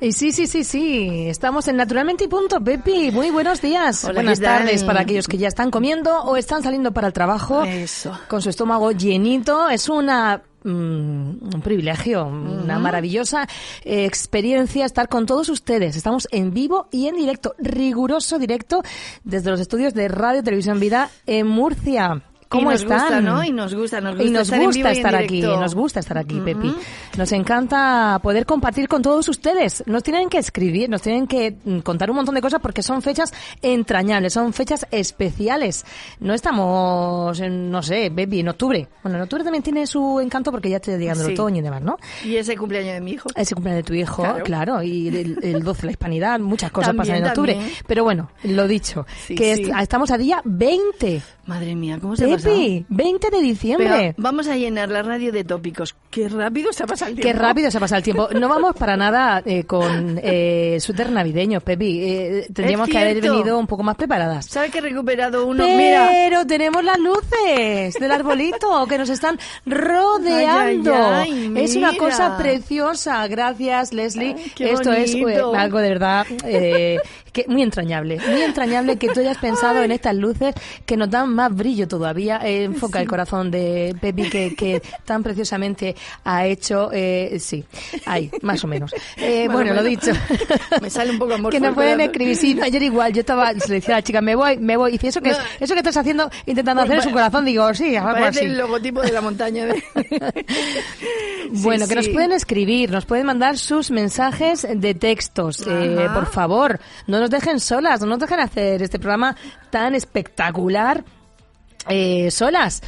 Y Eh, sí, sí, sí, sí. Estamos en Naturalmente y Punto, Pepi. Muy buenos días. Hola, Buenas ¿qué tal? tardes para aquellos que ya están comiendo o están saliendo para el trabajo Eso. con su estómago llenito. Es una mm, un privilegio, una maravillosa eh, experiencia estar con todos ustedes. Estamos en vivo y en directo, riguroso directo, desde los estudios de Radio Televisión Vida en Murcia. ¿Cómo y nos están? Gusta, ¿no? Y nos gusta, nos gusta y nos estar, en vivo gusta y en estar aquí, directo. nos gusta estar aquí, Pepi. Nos encanta poder compartir con todos ustedes. Nos tienen que escribir, nos tienen que mm, contar un montón de cosas porque son fechas entrañables, son fechas especiales. No estamos, en, no sé, Pepi, en octubre. Bueno, en octubre también tiene su encanto porque ya está llegando el Sí. otoño y demás, ¿no? Y ese cumpleaños de mi hijo. Ese cumpleaños de tu hijo, claro, Claro. y el, el 12 de la hispanidad, muchas cosas También, pasan en octubre. también. Pero bueno, lo dicho, Sí, que sí. est- estamos a día 20, Madre mía, ¿cómo se ha pasado? Pepi, 20 de diciembre. Pero vamos a llenar la radio de tópicos. Qué rápido se ha pasado el Qué tiempo. rápido se pasa el tiempo. No vamos para nada eh, con eh, suéter navideño, Pepi. Eh, tendríamos que haber cierto. venido un poco más preparadas. ¿Sabes que he recuperado uno? Mira. Pero tenemos las luces del arbolito que nos están rodeando. Ay, ay, ay, es una mira. cosa preciosa. Gracias, Leslie. Ay, qué Esto es eh, bonito. algo de verdad eh, que muy entrañable. Muy entrañable que tú hayas pensado en estas luces que nos dan más brillo todavía. Eh, enfoca el corazón de Pepi que, que tan preciosamente ha hecho. eh, sí, ahí, más o menos. Eh, Más o bueno, lo menos. dicho. Me sale un poco amor Que nos por pueden el corazón. escribir. Sí, no, ayer igual. Yo estaba, se le decía a la chica, me voy, me voy. Y dice, eso que, es- No. Pues eso que estás haciendo, intentando hacer es un corazón. Digo, sí, algo Parece así. el logotipo de la montaña. De... Bueno, Sí, que nos sí. pueden escribir, nos pueden mandar sus mensajes de textos. Eh, Ajá. por favor, no nos dejen solas, no nos dejen hacer este programa tan espectacular eh, solas.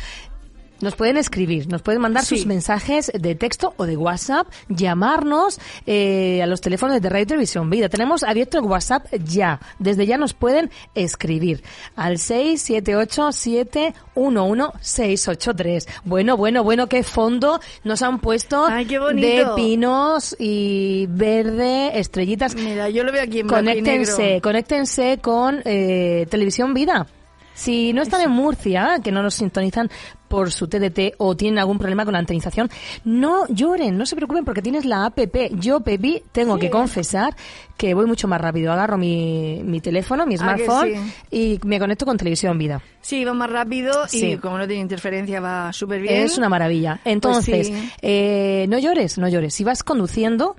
Nos pueden escribir, nos pueden mandar Sí. sus mensajes de texto o de WhatsApp, llamarnos eh, a los teléfonos de Radio y Televisión Vida. Tenemos abierto el WhatsApp ya. Desde ya nos pueden escribir al 678-711-683. Bueno, bueno, bueno, qué fondo nos han puesto Ay, qué bonito. de pinos y verde, estrellitas. Mira, yo lo veo aquí en blanco y Conéctense, negro. conéctense con eh, Televisión Vida. Si no están en Murcia, que no nos sintonizan por su TDT o tienen algún problema con la antenización, no lloren, no se preocupen porque tienes la APP. Yo, Pepi, tengo que confesar que voy mucho más rápido. Agarro mi, mi teléfono, mi ¿A Ah, que smartphone y me conecto con Televisión Vida. Sí, va más rápido Sí. y como no tiene interferencia va súper bien. Pues Es una maravilla. Entonces, sí. eh, no llores, no llores. Si vas conduciendo,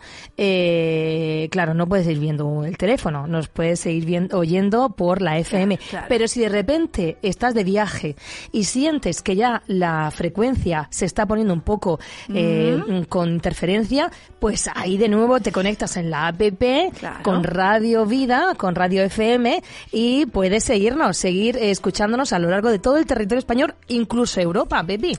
eh, claro, no puedes ir viendo el teléfono, nos puedes seguir viendo, oyendo por la FM. Claro. Pero si de repente estás de viaje y sientes que ya la frecuencia se está poniendo un poco eh, con interferencia, pues ahí de nuevo te conectas en la APP Claro. con Radio Vida, con Radio FM y puedes seguirnos, seguir eh, escuchándonos a lo largo de todo el territorio español, incluso Europa, baby.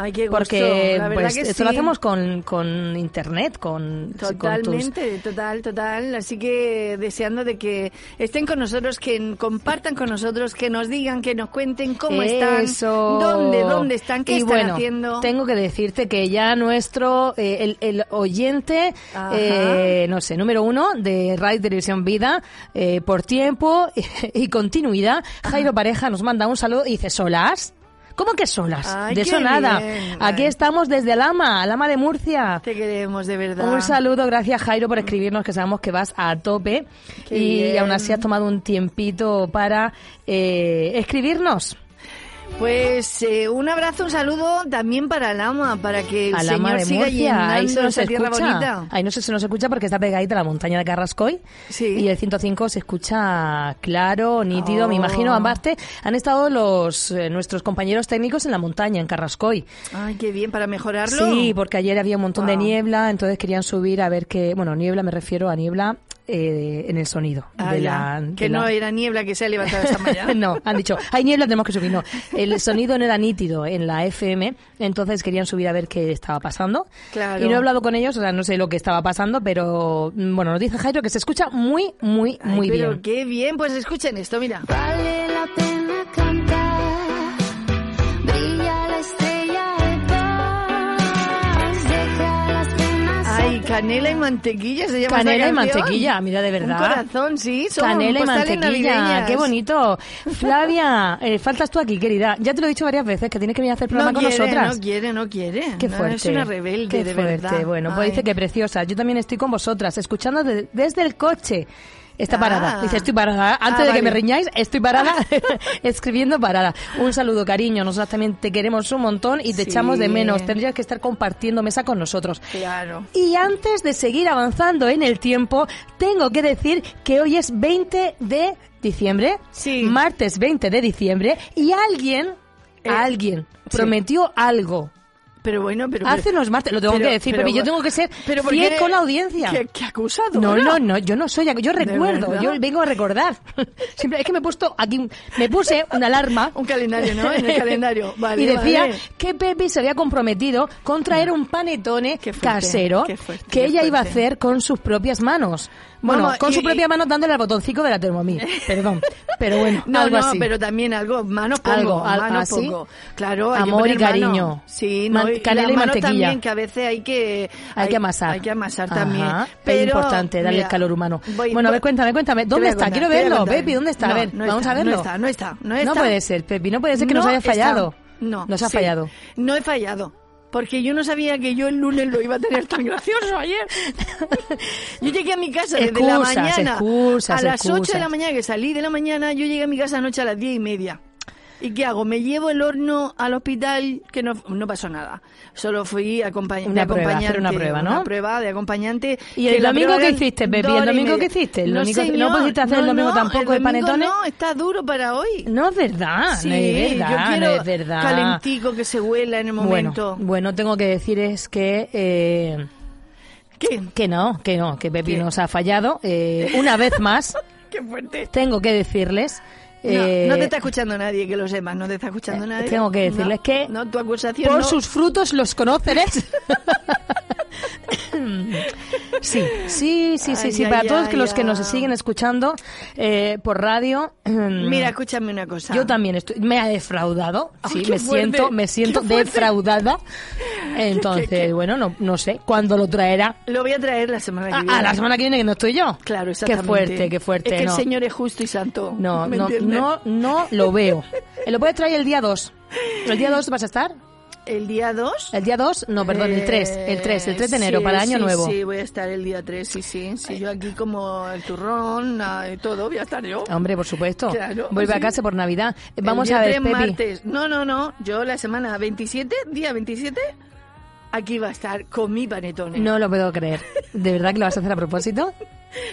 Ay, qué gusto. Porque La verdad pues, que esto sí. lo hacemos con, con internet, con, con tus... Totalmente, total, total. Así que deseando de que estén con nosotros, que compartan con nosotros, que nos digan, que nos cuenten cómo están, Eso. dónde, dónde están, qué y están bueno, haciendo. Tengo que decirte que ya nuestro, eh, el, el oyente, Ajá. eh, no sé, número uno de Radio Televisión Vida, eh, por tiempo y continuidad, Jairo Pareja nos manda un saludo y dice, ¿solas? ¿Cómo que solas? Ay, de qué eso nada. bien. Aquí Ay. estamos desde Alama, Alama de Murcia. Te queremos de verdad. Un saludo, gracias Jairo por escribirnos, que sabemos que vas a tope Qué y bien. aún así has tomado un tiempito para eh, escribirnos. Pues eh, un abrazo, un saludo también para Lama, para que el a Lama Señor de siga Murcia, ahí se llenando nos esa tierra escucha. bonita. Ahí no sé si nos escucha porque está pegadita a la montaña de Carrascoy. Sí. Y el 105 se escucha claro, nítido, me Oh. imagino. Aparte, han estado los eh, nuestros compañeros técnicos en la montaña, en Carrascoy. Ay, qué bien, para mejorarlo. Sí, porque ayer había un montón de Wow. niebla, entonces querían subir a ver qué. Bueno, niebla me refiero a niebla eh, en el sonido. Ah, de ya. la, de que la- no era niebla que se ha levantado esta mañana. no, han dicho, hay niebla, tenemos que subir. No, el sonido no era nítido en la FM, entonces querían subir a ver qué estaba pasando. Claro. Y no he hablado con ellos, o sea, no sé lo que estaba pasando, pero mm, bueno, nos dice Jairo que se escucha muy, muy, Ay, muy pero bien. qué bien, pues escuchen esto, mira. Vale la pena cantar, brilla la estrella de paz, deja las penas Ay, atrás. Canela y mantequilla se llama Canela esta y canción. mantequilla, mira, de verdad. Un corazón, sí. Son Canela y postales mantequilla, navideñas. qué bonito. Flavia, eh, faltas tú aquí, querida. Ya te lo he dicho varias veces, que tienes que venir a hacer No programa con quiere, nosotras. no quiere, no quiere. Qué No, fuerte. es una rebelde, Qué de fuerte. verdad. Bueno, pues Ay. dice que preciosa. Yo también estoy con vosotras, escuchando de- desde el coche. Está Ah. parada. Dice, estoy parada. Antes Ah, de vale. que me riñáis, estoy parada escribiendo parada. Un saludo, cariño. Nosotras también te queremos un montón y te Sí. echamos de menos. Tendrías que estar compartiendo mesa con nosotros. Claro. Y antes de seguir avanzando en el tiempo, tengo que decir que hoy es 20 de diciembre, Sí. martes 20 de diciembre, y alguien, Eh, alguien, sí. prometió algo. Pero bueno, pero... Hace unos martes, lo tengo pero- que decir, pero- Pepe, yo tengo que ser pero ¿por fiel qué- con la audiencia. ¿Qué, qué acusado? No, no, no, yo no soy, yo recuerdo, verdad? yo vengo a recordar. Siempre es que me he puesto aquí, me puse una alarma. Un calendario, ¿no? En el calendario. Vale, y decía vale. que Pepe se había comprometido con traer un panetone Qué fuerte, casero qué fuerte, que qué ella iba a fuerte. hacer con sus propias manos. Bueno, Vamos, con y- su propia y- mano dándole al botoncito de la Thermomix, perdón. Pero bueno, No, algo no, así. pero también algo, mano pongo, Algo, al- mano así. pongo. Claro, hay que Amor y poner mano. cariño. Sí, Man- no, canela la y mano mantequilla. también, que a veces hay que... Hay, que amasar. Hay que amasar Ajá, también. es Pero, importante darle mira, el calor humano. voy- bueno, a ver, voy- cuéntame, cuéntame. Te voy ¿Dónde a está? contar, Quiero te voy verlo, contar. Pepi, ¿dónde está? No, a ver, no vamos está, a verlo. No está, no está, no está. puede ser, Pepi, no puede ser que nos No haya está. fallado. No. Nos ha sí. fallado. No he fallado. Porque yo no sabía que yo el lunes lo iba a tener tan gracioso ayer. Yo llegué a mi casa desde la Excusas, mañana. excusas, a las 8 de excusas. la mañana que salí de la mañana, yo llegué a mi casa anoche a las 10 y media. ¿Y qué hago? Me llevo el horno al hospital, que no, no pasó nada. Solo fui acompañ Una de prueba, acompañante. hacer una prueba, ¿no? Una prueba de acompañante. ¿Y el que la domingo prueba qué eran hiciste, Pepi? dos ¿El horas y domingo media. qué hiciste? ¿El No, domingo- no señor, pudiste hacer el domingo no, tampoco el domingo panetone? No, está duro para hoy. No es verdad, Ah, no es verdad, yo quiero no es verdad. calentico que se huela en el momento. Bueno, bueno, tengo que decir es que eh, ¿Qué? que no, que no, que Pepi ¿Qué? nos ha fallado eh, una vez más. Qué fuerte. Tengo que decirles. No, eh, no te está escuchando nadie, que lo sepas, no te está escuchando nadie. Tengo que decirles No, que No, tu acusación por no. sus frutos los conoceréis. sí, sí, sí, sí, Ay, sí. ya, Para ya, todos que los que ya. nos siguen escuchando eh, por radio. em, Mira, escúchame una cosa. Yo también estoy, me ha defraudado, Ay, sí, qué me fuerte, siento, me qué siento fuerte. defraudada. Entonces, qué? bueno, no, no sé, ¿cuándo lo traerá? Lo voy a traer la semana que Ah, viene. ah, la semana que viene que no estoy yo. Claro, exactamente. Qué fuerte, qué fuerte. Es que no. el Señor es justo y santo. No, ¿me no, entiendes? no, no lo veo. Eh, ¿Lo puedes traer el día 2? ¿El día 2 vas a estar? El día 2. El día 2, no, perdón, el 3, el 3, el 3 de enero, para Año Eh, sí, Nuevo. Sí, voy a estar el día 3, sí, sí. Sí, yo aquí como el turrón, ah, y todo, voy a estar yo. Hombre, por supuesto. Claro, Vuelve a sí. casa por Navidad. Eh, El Vamos día a ver, tres, Pepi. martes. No, no, no. Yo la semana 27, día 27, aquí va a estar con mi panetone. No lo puedo creer. ¿De verdad que lo vas a hacer a propósito?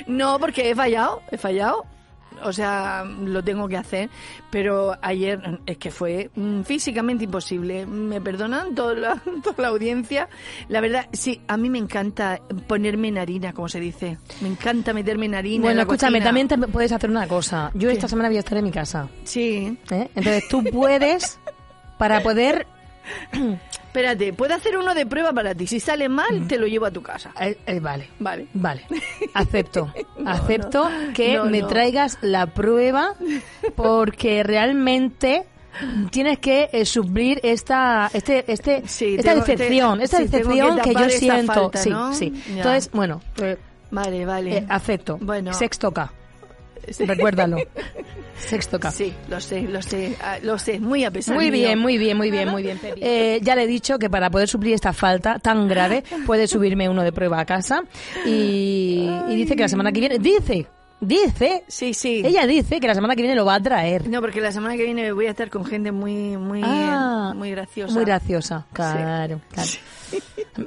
No, porque he fallado, he fallado. O sea, lo tengo que hacer. Pero ayer mm, es que fue mm, físicamente imposible. Me perdonan toda la, toda la audiencia. La verdad, sí, a mí me encanta ponerme en harina, como se dice. Me encanta meterme en harina. en Bueno, la escúchame, cocina. también te puedes hacer una cosa. Yo esta semana voy a estar en mi casa. Sí. ¿eh? Entonces tú puedes, para poder... Espérate, puedo hacer uno de prueba para ti. Si sale mal, te lo llevo a tu casa. eh, Mm. eh, vale, Vale. vale. Acepto. No, Acepto no. que No, me no. traigas la prueba porque realmente tienes que eh, suplir esta este este Sí, esta tengo- te- decepción esta sí, tengo decepción que que, yo tapar esa siento falta, sí ¿no? sí Ya. entonces bueno eh, Vale, vale. eh, acepto Bueno. sexto K recuérdalo sexto K Sí, lo sé, lo sé, ah, lo sé, muy a pesar Muy mío. bien, muy bien, muy bien, muy bien. Eh, ya le he dicho que para poder suplir esta falta tan grave, puede subirme uno de prueba a casa. Y, y dice que la semana que viene. Dice, dice. Sí, sí. Ella dice que la semana que viene lo va a traer. No, porque la semana que viene voy a estar con gente muy, muy, Ah, muy graciosa. Muy graciosa, claro, claro.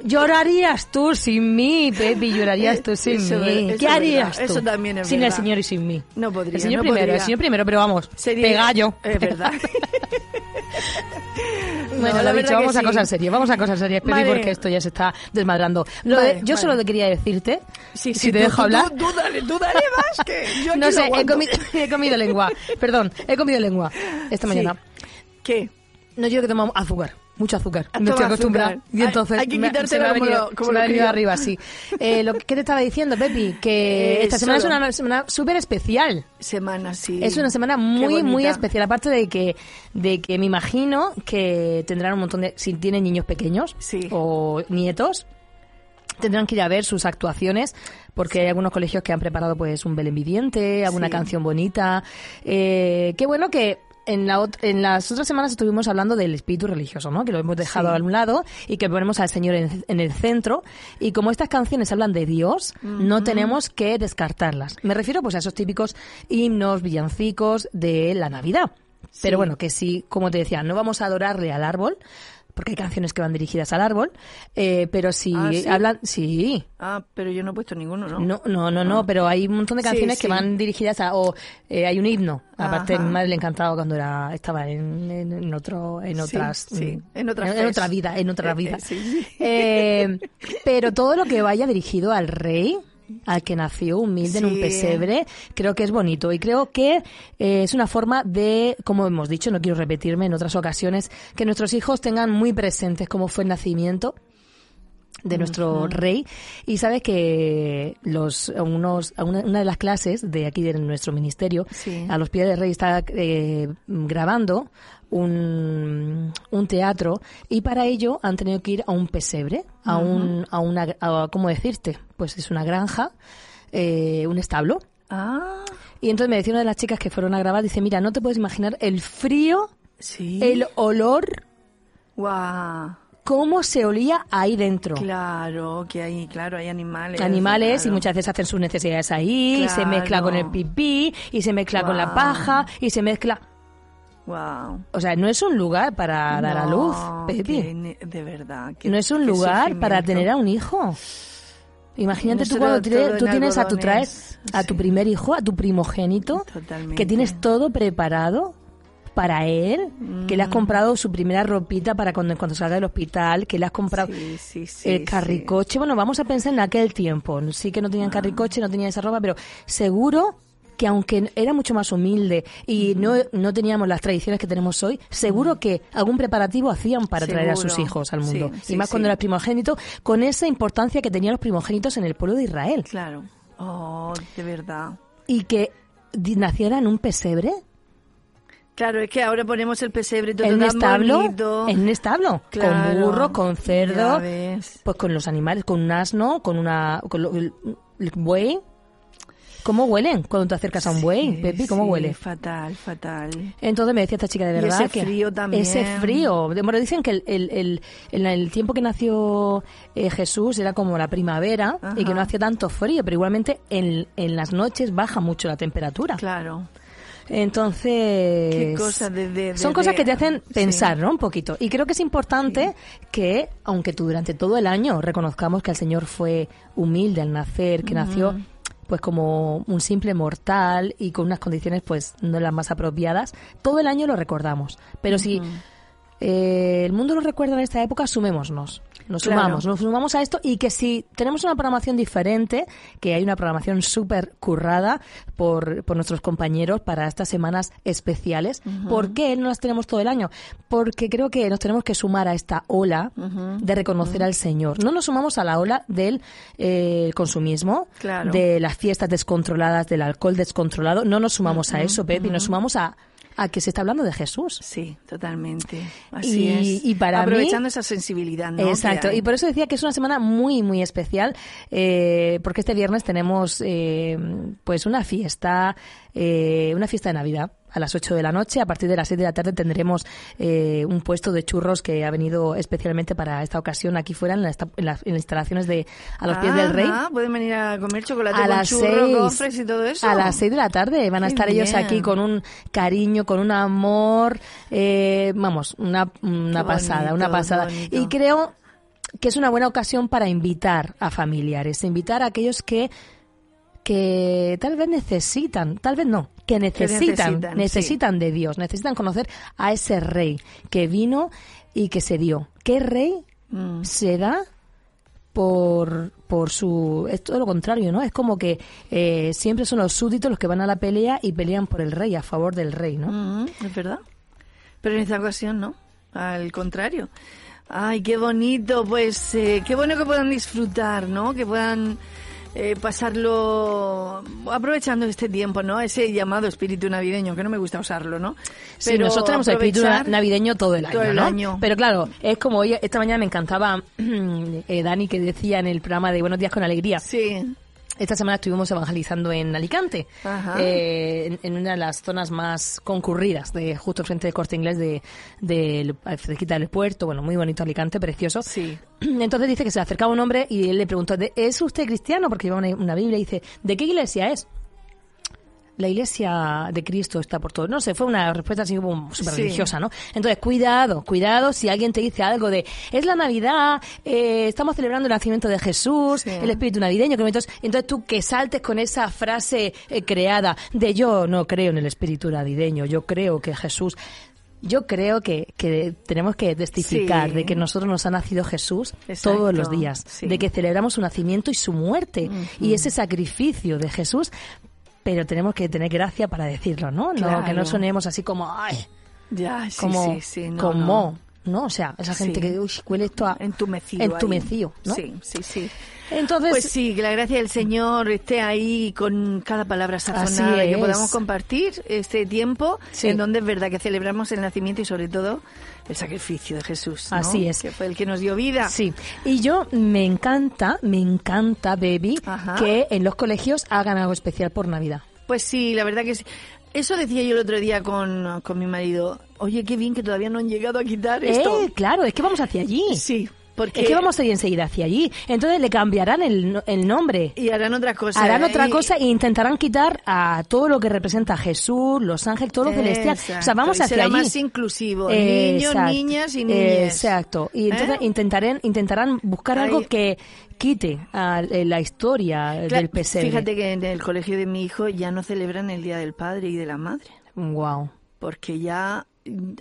Llorarías tú sin mí, Pepi, llorarías tú sin Eso es- mí. eso ¿Qué es harías verdad, tú? eso también es Sin el verdad. señor y sin mí. No podría, El señor no primero, el podría. señor primero, pero vamos, Sería- pegallo. Es verdad. Bueno, lo No, la he dicho, verdad que vamos a sí. cosas serias, vamos a cosas serias, Pepi, Vale. porque esto ya se está desmadrando. Lo Vale, de- yo vale. solo te quería decirte, Sí, sí, si te tú- dejo tú- hablar. Tú, tú dale, tú dale más que yo aquí no lo sé, he aguanto. comido, he comido lengua, perdón, he comido lengua esta Sí. mañana. ¿Qué? No, yo que tomo azúcar, mucho azúcar. Ah, no estoy toma acostumbrada. azúcar. Y entonces Hay- hay que me- quitárselo se me ha como venido, lo- como se me lo ha venido crío. arriba, sí. Eh, lo que ¿qué te estaba diciendo, Pepi, que Eh, esta semana solo. es una semana súper especial. Semana, sí. Es una semana Qué muy, muy bonita. especial. Aparte de que, de que me imagino que tendrán un montón de. Si tienen niños pequeños Sí. o nietos, Tendrán que ir a ver sus actuaciones, porque hay algunos colegios que han preparado pues un Belén viviente, alguna Sí. canción bonita. Eh, qué bueno que en, la ot- en las otras semanas estuvimos hablando del espíritu religioso, ¿no? Que lo hemos dejado a un lado y que ponemos al Señor en, en el centro. Y como estas canciones hablan de Dios, no tenemos que descartarlas. Me refiero pues a esos típicos himnos, villancicos de la Navidad. Pero bueno, que sí, como te decía, no vamos a adorarle al árbol, porque hay canciones que van dirigidas al árbol, eh, pero si Ah, ¿sí? hablan, sí, Ah, pero yo no he puesto ninguno, ¿no? Ah. no, no, no, no, pero hay un montón de Sí, canciones sí. que van dirigidas a, o eh, hay un himno, aparte Ajá. mi madre le encantaba cuando era, estaba en, en, en otro, en Sí, otras, sí, mm, en otras en fes. otra vida, en otra Eh, vida. eh, sí, sí. Eh, pero todo lo que vaya dirigido al rey, al que nació humilde en un Sí. pesebre, creo que es bonito. Y creo que eh, es una forma de, como hemos dicho, no quiero repetirme en otras ocasiones, que nuestros hijos tengan muy presentes cómo fue el nacimiento de nuestro rey y sabes que los unos a una, una de las clases de aquí de nuestro ministerio Sí. a los pies del rey está eh, grabando un, un teatro y para ello han tenido que ir a un pesebre a un a una a- cómo decirte pues es una granja eh, un establo Ah, y entonces me decía una de las chicas que fueron a grabar dice mira no te puedes imaginar el frío sí. el olor Guau. cómo se olía ahí dentro Claro, que hay, claro, hay animales. animales y claro. muchas veces hacen sus necesidades ahí y se Claro. mezcla con el pipí y se mezcla con la Guau. paja y se mezcla Guau. o sea no es un lugar para dar a luz No, qué Pepi ne- de verdad. qué- no es un qué lugar para sufrimiento. tener a un hijo imagínate tú Nosotros cuando tiene- todo tú en tienes a tu traes algodones, a tu sí. primer hijo a tu primogénito Totalmente. que tienes todo preparado para él, que Mm. le has comprado su primera ropita para cuando, cuando salga del hospital, que le has comprado Sí, sí, sí, el sí. Eh, carricoche. Bueno, vamos a pensar en aquel tiempo. Sí que no Ah. tenían carricoche, no tenían esa ropa, pero seguro que aunque era mucho más humilde y no, no teníamos las tradiciones que tenemos hoy, seguro que algún preparativo hacían para traer a Seguro. sus hijos al mundo. Sí, sí, y más cuando sí. eras primogénito, con esa importancia que tenían los primogénitos en el pueblo de Israel. Claro. Oh, de verdad. Y que di- naciera en un pesebre, Claro, es que ahora ponemos el pesebre todo en un tan establo, bonito. en un establo, con Claro. burro, con Ya cerdo, ves. pues con los animales, con un asno, con una con lo- el, el buey. ¿Cómo huelen cuando te acercas a un buey, Sí, Pepi? ¿Cómo sí, huele? Fatal, fatal. Entonces me decía esta chica de Y verdad ese que frío también. ese frío. De- Bueno, dicen que el, el, el- en el tiempo que nació eh, Jesús era como la primavera y que no Ajá. hacía tanto frío, pero igualmente en, en las noches baja mucho la temperatura. Claro. Entonces, Qué cosa de- de- de- son cosas de- que te hacen sí. pensar, ¿no? Un poquito. Y creo que es importante que, aunque tú durante todo el año reconozcamos que el Señor fue humilde al nacer, que nació pues como un simple mortal y con unas condiciones pues no las más apropiadas, todo el año lo recordamos. Pero si eh, el mundo lo recuerda en esta época, sumémonos. Nos Claro. sumamos, nos sumamos a esto y que si tenemos una programación diferente, que hay una programación súper currada por, por nuestros compañeros para estas semanas especiales, ¿por qué no las tenemos todo el año? Porque creo que nos tenemos que sumar a esta ola de reconocer al Señor. No nos sumamos a la ola del eh, consumismo, Claro. de las fiestas descontroladas, del alcohol descontrolado. No nos sumamos a eso, Pepi, nos sumamos a, a que se está hablando de Jesús. Sí, totalmente. Así Y- es. y para mí- Aprovechando esa sensibilidad, ¿no? Exacto, Que hay. y por eso decía que es una semana muy, muy especial, eh, porque este viernes tenemos eh, pues una fiesta, eh, una fiesta de Navidad. A las 8 de la noche, a partir de las 6 de la tarde tendremos eh, un puesto de churros que ha venido especialmente para esta ocasión aquí fuera en, la esta- en las, en las instalaciones de A los pies del rey. Ajá, Ah, Pueden venir a comer chocolate A con las churros, seis. gofres y todo eso. A las 6 de la tarde van a Qué estar ellos bien. aquí con un cariño, con un amor, eh, vamos, una, una Qué pasada, una bonito, pasada. qué bonito. Y creo que es una buena ocasión para invitar a familiares, invitar a aquellos que que tal vez necesitan, tal vez no, que necesitan, necesitan, necesitan, de Dios, necesitan conocer a ese rey que vino y que se dio. ¿Qué rey Mm. se da por, por su... Es todo lo contrario, ¿no? Es como que eh, siempre son los súbditos los que van a la pelea y pelean por el rey, a favor del rey, ¿no? Mm, es verdad. Pero en esta ocasión no, al contrario. Ay, qué bonito, pues eh, qué bueno que puedan disfrutar, ¿no? Que puedan eh, pasarlo aprovechando este tiempo, ¿no? Ese llamado espíritu navideño, que no me gusta usarlo, ¿no? Sí, nosotros tenemos el espíritu aprovechar- navideño todo el año, todo el ¿no? año. Pero claro, es como hoy, esta mañana me encantaba eh, Dani que decía en el programa de Buenos Días con Alegría. Sí, Esta semana estuvimos evangelizando en Alicante, Ajá. eh, en, en una de las zonas más concurridas, de justo frente del corte inglés, de, de, cerquita del puerto. Bueno, muy bonito Alicante, precioso. sí. Entonces dice que se le acercaba un hombre y él le preguntó, "¿De- ¿es usted cristiano? Porque lleva una, una Biblia y dice, ¿de qué iglesia es? La iglesia de Cristo está por todo. No sé, fue una respuesta así como súper Sí. religiosa, ¿no? Entonces, cuidado, cuidado si alguien te dice algo de, es la Navidad, eh, estamos celebrando el nacimiento de Jesús, Sí. el espíritu navideño, que entonces, entonces tú que saltes con esa frase eh, creada de yo no creo en el espíritu navideño, yo creo que Jesús... Yo creo que, que tenemos que testificar Sí. de que nosotros nos ha nacido Jesús Exacto, todos los días, sí. de que celebramos su nacimiento y su muerte y ese sacrificio de Jesús, pero tenemos que tener gracia para decirlo, ¿no? No Claro. que no sonemos así como ay, Ya, sí, como sí, sí. no, como no. no. o sea, esa gente Sí. que uy, huele esto a Entumecido. ahí. entumecido, ¿no? Sí, sí, sí. Entonces, Pues sí, que la gracia del Señor esté ahí con cada palabra sazonada, Así que es. podamos compartir este tiempo Sí. en donde es verdad que celebramos el nacimiento y sobre todo el sacrificio de Jesús. ¿no? Así es. Que fue el que nos dio vida. Sí, y yo me encanta, me encanta, baby, Ajá. que en los colegios hagan algo especial por Navidad. Pues sí, la verdad que sí. Eso decía yo el otro día con, con mi marido. Oye, qué bien que todavía no han llegado a quitar esto. Eh, claro, es que vamos hacia allí. Sí, porque... Es que vamos a ir enseguida hacia allí. Entonces le cambiarán el, no- el nombre. Y harán otra cosa. ¿eh? Harán otra Y- cosa e intentarán quitar a todo lo que representa a Jesús, los ángeles, todo lo celestial. O sea, Exacto, vamos y hacia será allí. más inclusivo. Exacto, Niños, niñas y niñas. Exacto. Y entonces ¿Eh? intentarán, intentarán buscar Ahí. algo que quite a- eh, la historia Claro, del pesebre. Fíjate que en el colegio de mi hijo ya no celebran el Día del Padre y de la Madre, Wow. porque ya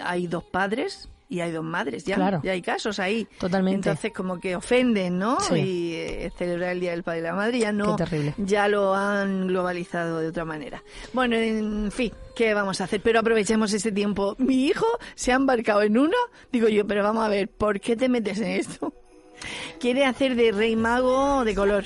hay dos padres y hay dos madres, ya, Claro. ya hay casos ahí. Totalmente. Entonces como que ofenden, ¿no? Sí. Y eh, celebrar el Día del Padre y la Madre ya no, Qué terrible. ya lo han globalizado de otra manera. Bueno, en fin, ¿qué vamos a hacer? Pero aprovechemos este tiempo. Mi hijo se ha embarcado en uno, digo yo, pero vamos a ver, ¿por qué te metes en esto? Quiere hacer de rey mago de color.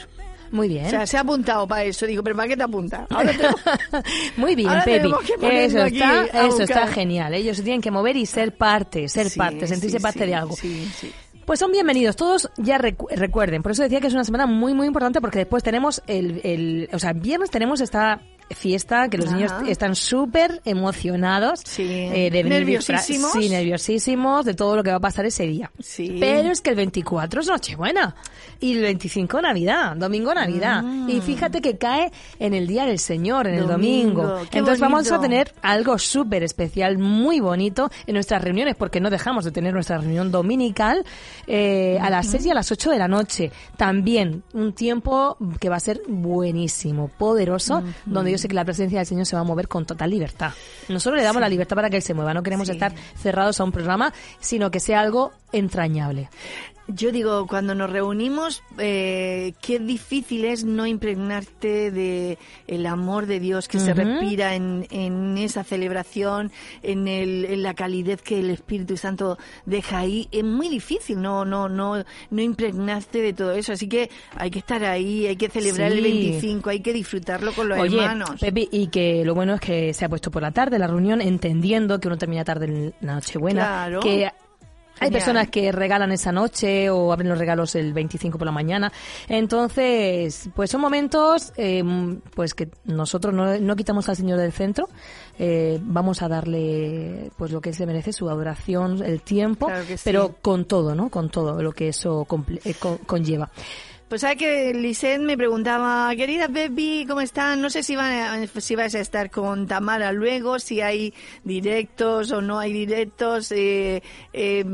Muy bien. O sea, se ha apuntado para eso. Digo, pero ¿para qué te apunta? Ahora te... Muy bien, Ahora Pepi. tenemos que ponerlo Eso aquí está, a eso está buscar. genial. ¿eh? Ellos se tienen que mover y ser parte, ser Sí, parte, sentirse sí, parte sí, de algo. Sí, sí. Pues son bienvenidos todos, ya recu- recuerden, por eso decía que es una semana muy muy importante porque después tenemos el, el o sea, viernes tenemos esta fiesta que los Ajá. niños están súper emocionados, eh, Sí. de venir disfra- Nerviosísimos. sí, nerviosísimos de todo lo que va a pasar ese día. Sí. Pero es que el 24 es Nochebuena y el 25 Navidad, domingo Navidad. Y Ah. fíjate que cae en el Día del Señor, en Domingo, el domingo. qué Entonces vamos a bonito. tener algo súper especial, muy bonito en nuestras reuniones, porque no dejamos de tener nuestra reunión dominical eh, a las 6 y a las 8 de la noche. También un tiempo que va a ser buenísimo, poderoso, donde yo sé que la presencia del Señor se va a mover con total libertad. Nosotros le damos la libertad para que Él se mueva, no queremos Sí. estar cerrados a un programa, sino que sea algo entrañable. Yo digo, cuando nos reunimos, eh, qué difícil es no impregnarte de el amor de Dios que se Ujú. respira en, en esa celebración, en, el, en la calidez que el Espíritu Santo deja ahí. Es muy difícil no, no, no, no impregnarte de todo eso. Así que hay que estar ahí, hay que celebrar Sí. el 25, hay que disfrutarlo con los Oye, hermanos. Pepi, y que lo bueno es que se ha puesto por la tarde la reunión, entendiendo que uno termina tarde en la Nochebuena. Claro. Que hay Genial. personas que regalan esa noche o abren los regalos el 25 por la mañana. Entonces, pues son momentos eh, pues que nosotros no, no quitamos al Señor del centro. eh, vamos a darle pues lo que él se merece, su adoración, el tiempo, Claro que sí. pero con todo, ¿no? Con todo lo que eso comple- eh, con- conlleva. Pues sabes que Lisette me preguntaba, querida Baby, ¿cómo están? No sé si, van a- si vais a estar con Tamara luego, si hay directos o no hay directos eh, eh,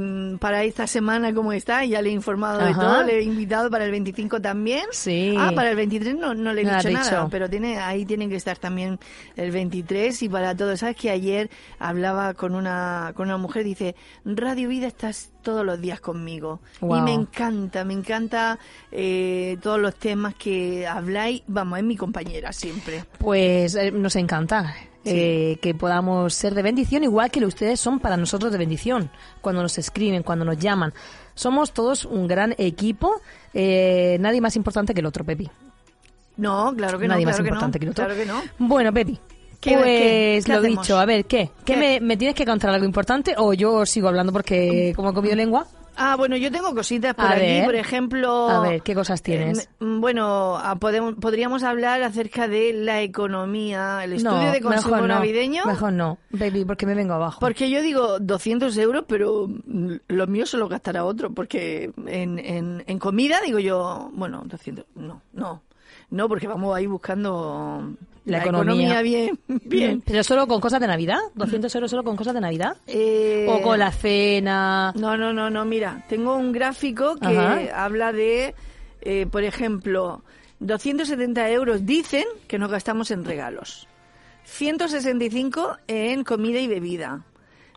para esta semana, ¿cómo está? Ya le he informado de Ajá. todo, le he invitado para el 25 también. Sí. Ah, para el 23 no, no le he No has dicho nada, dicho. pero tiene, ahí tienen que estar también el 23 y para todos. Sabes que ayer hablaba con una, con una mujer, dice, Radio Vida estás todos los días conmigo. Y Guau. me encanta, me encanta eh, todos los temas que habláis. Vamos, es mi compañera siempre. Pues eh, nos encanta eh, que podamos ser de bendición, igual que lo ustedes son para nosotros de bendición, cuando nos escriben, cuando nos llaman. Somos todos un gran equipo, eh, nadie más importante que el otro, Pepi. No, claro que Nadie no. más claro importante que, no, tú. Claro que no. Bueno, Pepi. ¿Qué- pues qué- qué lo hacemos? dicho, a ver, ¿qué? ¿Qué, ¿Qué? Me, me tienes que contar algo importante o yo sigo hablando porque como he comido lengua? Ah, bueno, yo tengo cositas por A aquí, ver. por ejemplo. A ver, ¿qué cosas tienes? Eh, m- bueno, ah, podemos- podríamos hablar acerca de la economía, el estudio de consumo mejor no, navideño. Mejor no, Pepi, porque me vengo abajo. Porque yo digo 200 euros, pero mm, lo mío se lo gastará otro, porque en, en, en comida digo yo, bueno, 200, no, no, no, porque vamos ahí buscando La economía. bien, bien. ¿Pero solo con cosas de Navidad? ¿200 euros solo con cosas de Navidad? Eh, ¿O con la cena? No, no, no, no, mira, tengo un gráfico que Ajá. habla de, eh, por ejemplo, 270 euros dicen que nos gastamos en regalos, 165 en comida y bebida,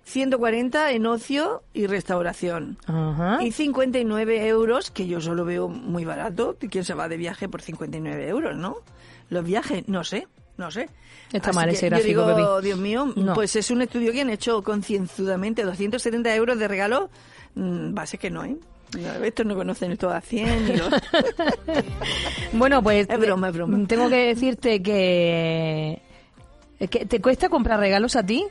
140 en ocio y restauración. Ajá. Y 59 euros, que yo solo veo muy barato. ¿Quién se va de viaje por 59 euros, no? Los viajes, no sé, no sé. Está mal ese yo gráfico, digo, Pepi. Dios mío, No. pues es un estudio que han hecho concienzudamente. 270 euros de regalo, mm, va a ser que no, ¿eh? No, estos no conocen el todo a 100. ni los- Bueno, pues... Es broma, es broma. Tengo que decirte que... eh, que ¿Te cuesta comprar regalos a ti?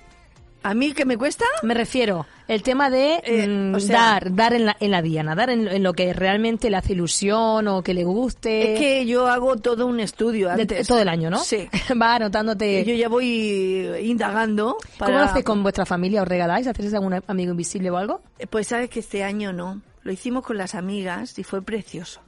¿A mí qué me cuesta? Me refiero, el tema de Eh, mm, o sea- dar, dar en la, en la diana, dar en, en lo que realmente le hace ilusión o que le guste. Es que yo hago todo un estudio Eh, de- antes. todo el año, ¿no? Sí. Va anotándote. Yo ya voy indagando. ¿Cómo lo para- haces con vuestra familia? ¿Os regaláis? ¿Hacéis algún amigo invisible o algo? Eh, Pues sabes que este año no. Lo hicimos con las amigas y fue precioso.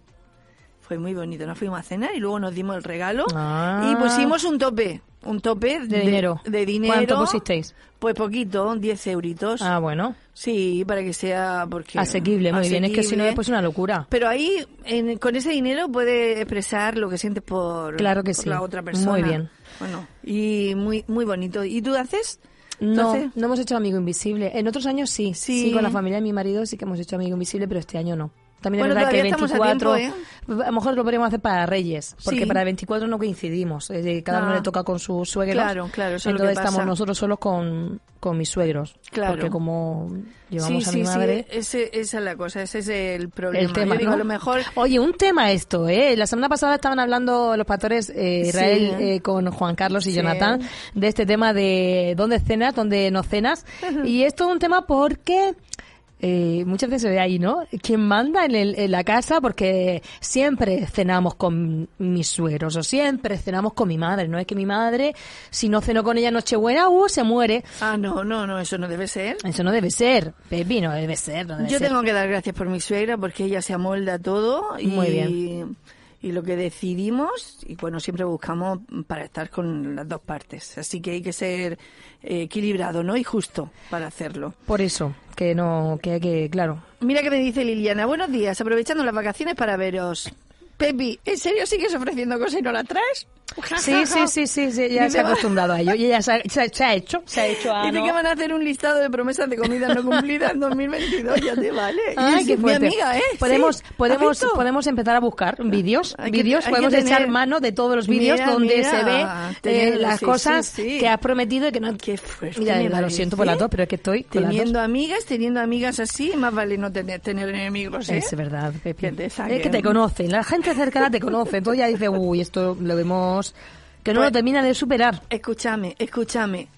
Fue muy bonito. Nos fuimos a cenar y luego nos dimos el regalo Ah. y pusimos un tope. Un tope De, dinero. de dinero. ¿Cuánto pusisteis? Pues poquito, 10 euritos. Ah, bueno. Sí, para que sea porque Asequible, muy bien. Es que si no, asequible. después es una locura. Pero ahí, en- con ese dinero, puedes expresar lo que sientes por, Claro que por sí. la otra persona. Muy bien. Bueno, y muy, muy bonito. ¿Y tú haces? No, Entonces- no hemos hecho amigo invisible. En otros años sí, sí. Sí. con la familia de mi marido sí que hemos hecho amigo invisible, pero este año no. También Bueno, es verdad que todavía estamos 24. a tiempo, ¿eh? a lo mejor lo podríamos hacer para Reyes, porque Sí. para el 24 no coincidimos. es decir, Cada uno Ah. le toca con sus suegros. Claro, claro, eso es lo que Entonces estamos pasa. nosotros solos con, con mis suegros. Claro. Porque como llevamos a mi madre. ese- esa es la cosa, ese es el problema. El tema, Yo digo, ¿no? a lo mejor Oye, un tema esto, ¿eh? La semana pasada estaban hablando los pastores eh, Sí. Israel eh, con Juan Carlos y Sí. Jonathan de este tema de dónde cenas, dónde no cenas. y esto es un tema porque... eh, muchas veces se ve ahí, ¿no? ¿Quién manda en, el- en la casa? Porque siempre cenamos con mis sueros o siempre cenamos con mi madre. No es que mi madre, si no ceno con ella en Nochebuena, uh, se muere. Ah, no, no, no, eso no debe ser. Eso no debe ser, Pepi, no debe ser. No debe Yo ser. tengo que dar gracias por mi suegra porque ella se amolda a todo y, Muy y lo que decidimos, y bueno, siempre buscamos para estar con las dos partes. Así que hay que ser eh, equilibrado, ¿no? Y justo para hacerlo. Por eso, que no, que hay que, claro, Mira que me dice Liliana, buenos días, aprovechando las vacaciones para veros. Pepi, ¿en serio sigues ofreciendo cosas y no las traes? Ja, Sí, ja, sí, ja. sí, sí, sí, ya se ha Dice, "Va". acostumbrado a ello. Y ya se ha, se ha- se ha hecho, se ha hecho a... Dice ¿no? que van a hacer un listado de promesas de comidas no cumplidas en 2022, ya te vale. Y Ay, es qué mi fuerte. amiga, ¿eh? Podemos, Sí. ¿Has podemos, visto? podemos empezar a buscar vídeos, Hay que- vídeos. hay que Podemos tener- echar mano de todos los vídeos Mira, donde mira, se ve tener- eh, las sí, cosas sí, sí. que has prometido y que no. Qué fuerte. Mira, me lo parece. siento por las dos, pero es que estoy con las Teniendo dos. amigas, teniendo amigas así, más vale no tener, tener enemigos, ¿eh? Es verdad, Pepi. Que te saquen. Es que te conocen, la gente cercana te conoce. Entonces ya dice, uy, esto lo vemos que no Pues- lo termina de superar. Escúchame, escúchame.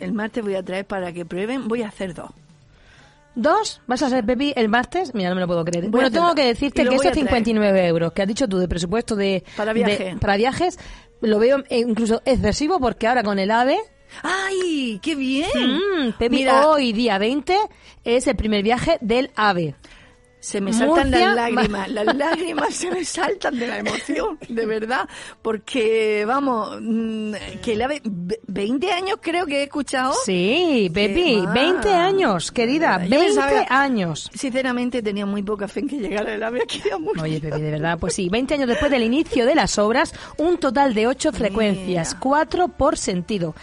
El martes voy a traer para que prueben, voy a hacer dos. Dos, vas a ser Pepi el martes. Mira, no me lo puedo creer. Voy a bueno, hacerlo. tengo que Y decirte lo que este voy estos a traer. 59 euros que has dicho tú de presupuesto de Para de- viaje. para viajes, lo veo eh, incluso excesivo porque ahora con el AVE, ¡Ay, qué bien! mm, Pepi, Mira, hoy día 20 es el primer viaje del AVE. Se me saltan Murcia, las lágrimas, las lágrimas se me saltan de la emoción, de verdad, porque vamos, mm, que el ave, ve- 20 años creo que he escuchado. Sí, Pepi, va. 20 años, querida, Yo 20 pensaba- años. Sinceramente tenía muy poca fe en que llegara el ave aquí a Murcia. Oye, Pepi, de verdad, pues sí, 20 años después del inicio de las obras, un total de 8 frecuencias, Mira. 4 por sentido.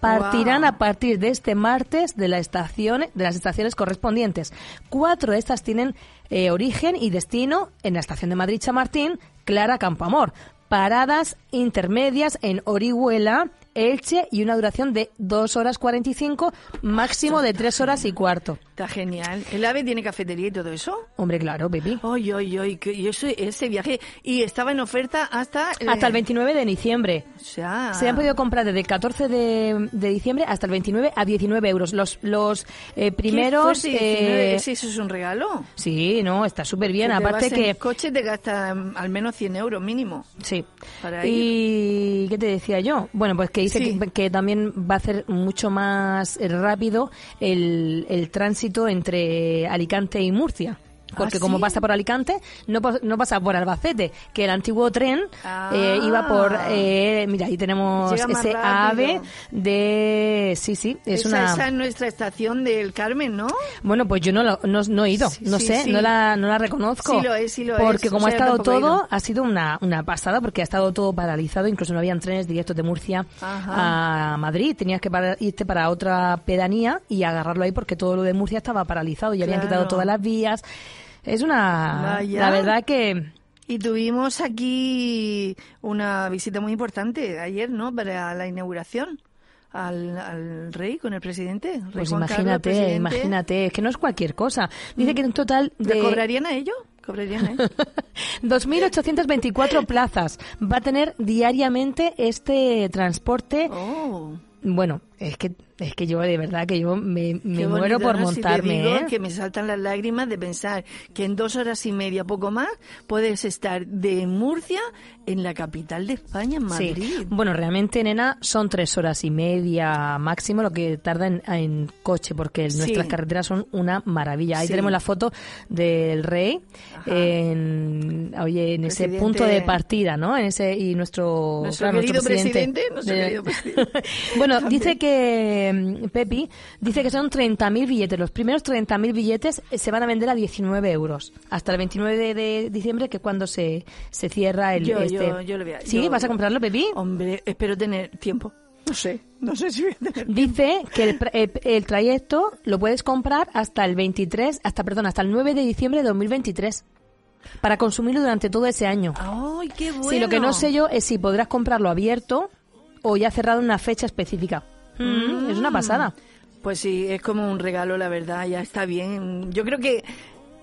Partirán Guau. a partir de este martes de, la estación, de las estaciones correspondientes. Cuatro de estas tienen eh, origen y destino en la estación de Madrid Chamartín, Clara Campoamor. Paradas intermedias en Orihuela, Elche y una duración de 2 horas 45, máximo de 3 horas y cuarto. Está genial. ¿El AVE tiene cafetería y todo eso? Hombre, claro, Pepi. Ay, ay, ay, que- y eso, ese viaje. Y estaba en oferta hasta... eh, Hasta el 29 de diciembre. O sea... Se han podido comprar desde el 14 de, de diciembre hasta el 29 a 19 euros. Los, los eh, ¿Qué primeros... fuerte, 19? eh, Sí, eso es un regalo. sí, no, está súper bien. Si te Aparte vas en que... coche te gasta mm, al menos 100 euros mínimo. Sí. Para ¿Y qué te decía yo? Bueno, pues que dice Sí. que, que también va a hacer mucho más eh, rápido el, el tránsito entre Alicante y Murcia. Porque ¿Ah, como sí? pasa por Alicante, no, pas- no pasa por Albacete, que el antiguo tren Ah. eh, iba por... eh, mira, ahí tenemos Llega más ese rápido. ave de... Sí, sí, es esa, una... esa es nuestra estación del Carmen, ¿no? Bueno, pues yo no, lo- no, no he ido, Sí, no sí, sé, sí. No, la, no la reconozco. Sí lo es, sí lo Porque es. como O ha sea, yo estado tampoco he todo, ido. ha sido una, una pasada, porque ha estado todo paralizado, incluso no habían trenes directos de Murcia Ajá. a Madrid, tenías que para- irte para otra pedanía y agarrarlo ahí porque todo lo de Murcia estaba paralizado y habían Claro. quitado todas las vías. Es una... Vaya. La verdad que... Y tuvimos aquí una visita muy importante ayer, ¿no? Para la inauguración al, al rey con el presidente. Rey Pues Juan Carlos, imagínate, presidente. Mm. imagínate, es que no es cualquier cosa. Dice que en total ¿Le de... cobrarían a ellos? Cobrarían a ellos. 2.824 plazas va a tener diariamente este transporte. Oh, Bueno, es que es que yo de verdad que yo me, me qué muero bonito, por ¿no? Si te montarme. digo ¿eh? que me saltan las lágrimas de pensar que en dos horas y media, poco más, puedes estar de Murcia en la capital de España, en Sí. Madrid. Bueno, realmente, nena, son tres horas y media máximo lo que tarda en, en coche, porque Sí. nuestras carreteras son una maravilla. Ahí Sí. tenemos la foto del rey en, oye, en ese Presidente- punto de partida, ¿no? En ese y nuestro, Nuestro claro, querido presidente, nuestro de- querido presidente. bueno, dice que mm, Pepi dice que son 30.000 billetes. Los primeros 30.000 billetes eh, se van a vender a 19 euros hasta el 29 de, de diciembre, que es cuando se, se cierra el Yo- este. yo- yo lo voy a- Sí, yo- Oh, vas a comprarlo, Pepi. Hombre, espero tener tiempo. No sé, no sé si voy a tener Dice que el, pra- el- el trayecto lo puedes comprar hasta el 23, hasta perdón, hasta el 9 de diciembre de 2023 para consumirlo durante todo ese año. ¡Ay, qué Ah, bueno! Si lo que no sé yo es si podrás comprarlo abierto o ya cerrado en una fecha específica. Mm, Es una pasada. Pues sí, es como un regalo, la verdad, ya está bien. Yo creo que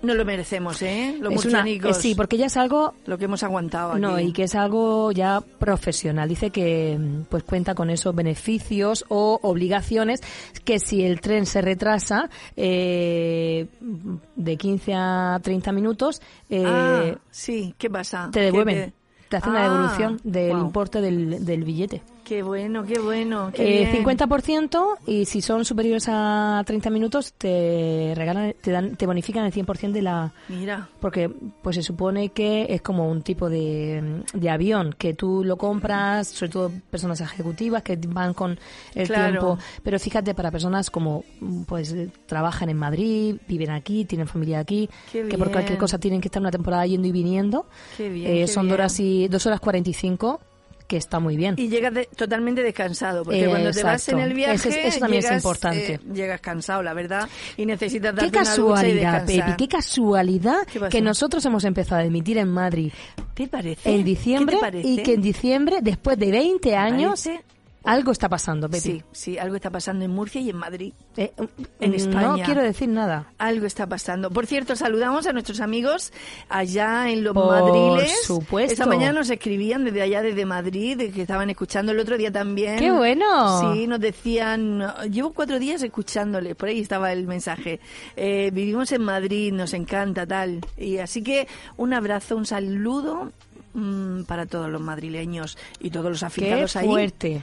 no lo merecemos, ¿eh? Los es una, murcianicos, eh, sí, porque ya es algo lo que hemos aguantado aquí. No, y que es algo ya profesional. Dice que mm, pues cuenta con esos beneficios o obligaciones que si el tren se retrasa eh, de 15 a 30 minutos, eh, Ah, sí, ¿qué pasa? te Que devuelven. Te hacen una Ah, devolución del guau. importe del, del billete. Qué bueno, qué bueno. qué Eh, bien. 50% y si son superiores a 30 minutos te regalan, te dan, te bonifican el 100% de la, Mira, porque pues se supone que es como un tipo de, de avión que tú lo compras, sobre todo personas ejecutivas que van con el Claro. tiempo. Pero fíjate, para personas como mm, pues eh, trabajan en Madrid, viven aquí, tienen familia aquí, Qué que por bien. cualquier cosa tienen que estar una temporada yendo y viniendo. Qué bien, Eh, qué son bien. dos horas y dos horas 45 que está muy bien. y llegas de- totalmente descansado, porque Eh, cuando te vas en exacto. el viaje... Ese es- eso también es llegas, importante. eh, llegas cansado, la verdad, y necesitas darte Qué una casualidad, lucha y Pepi, descansar. qué casualidad ¿Qué pasó? que nosotros hemos empezado a emitir en Madrid ¿Te parece? en diciembre ¿Eh? ¿Qué te parece? y que en diciembre, después de 20 años, parece? algo está pasando, Pepi. Sí, sí, algo está pasando en Murcia y en Madrid. Eh, En No España. quiero decir nada. Algo está pasando. Por cierto, saludamos a nuestros amigos allá en los Por Madriles. supuesto. Esta mañana nos escribían desde allá, desde Madrid, de que estaban escuchando el otro día también. ¡Qué bueno! Sí, nos decían, llevo cuatro días escuchándoles, por ahí estaba el mensaje. Eh, vivimos en Madrid, nos encanta tal. Y así que un abrazo, un saludo mm, para todos los madrileños y todos los Qué aficionados ahí. fuerte.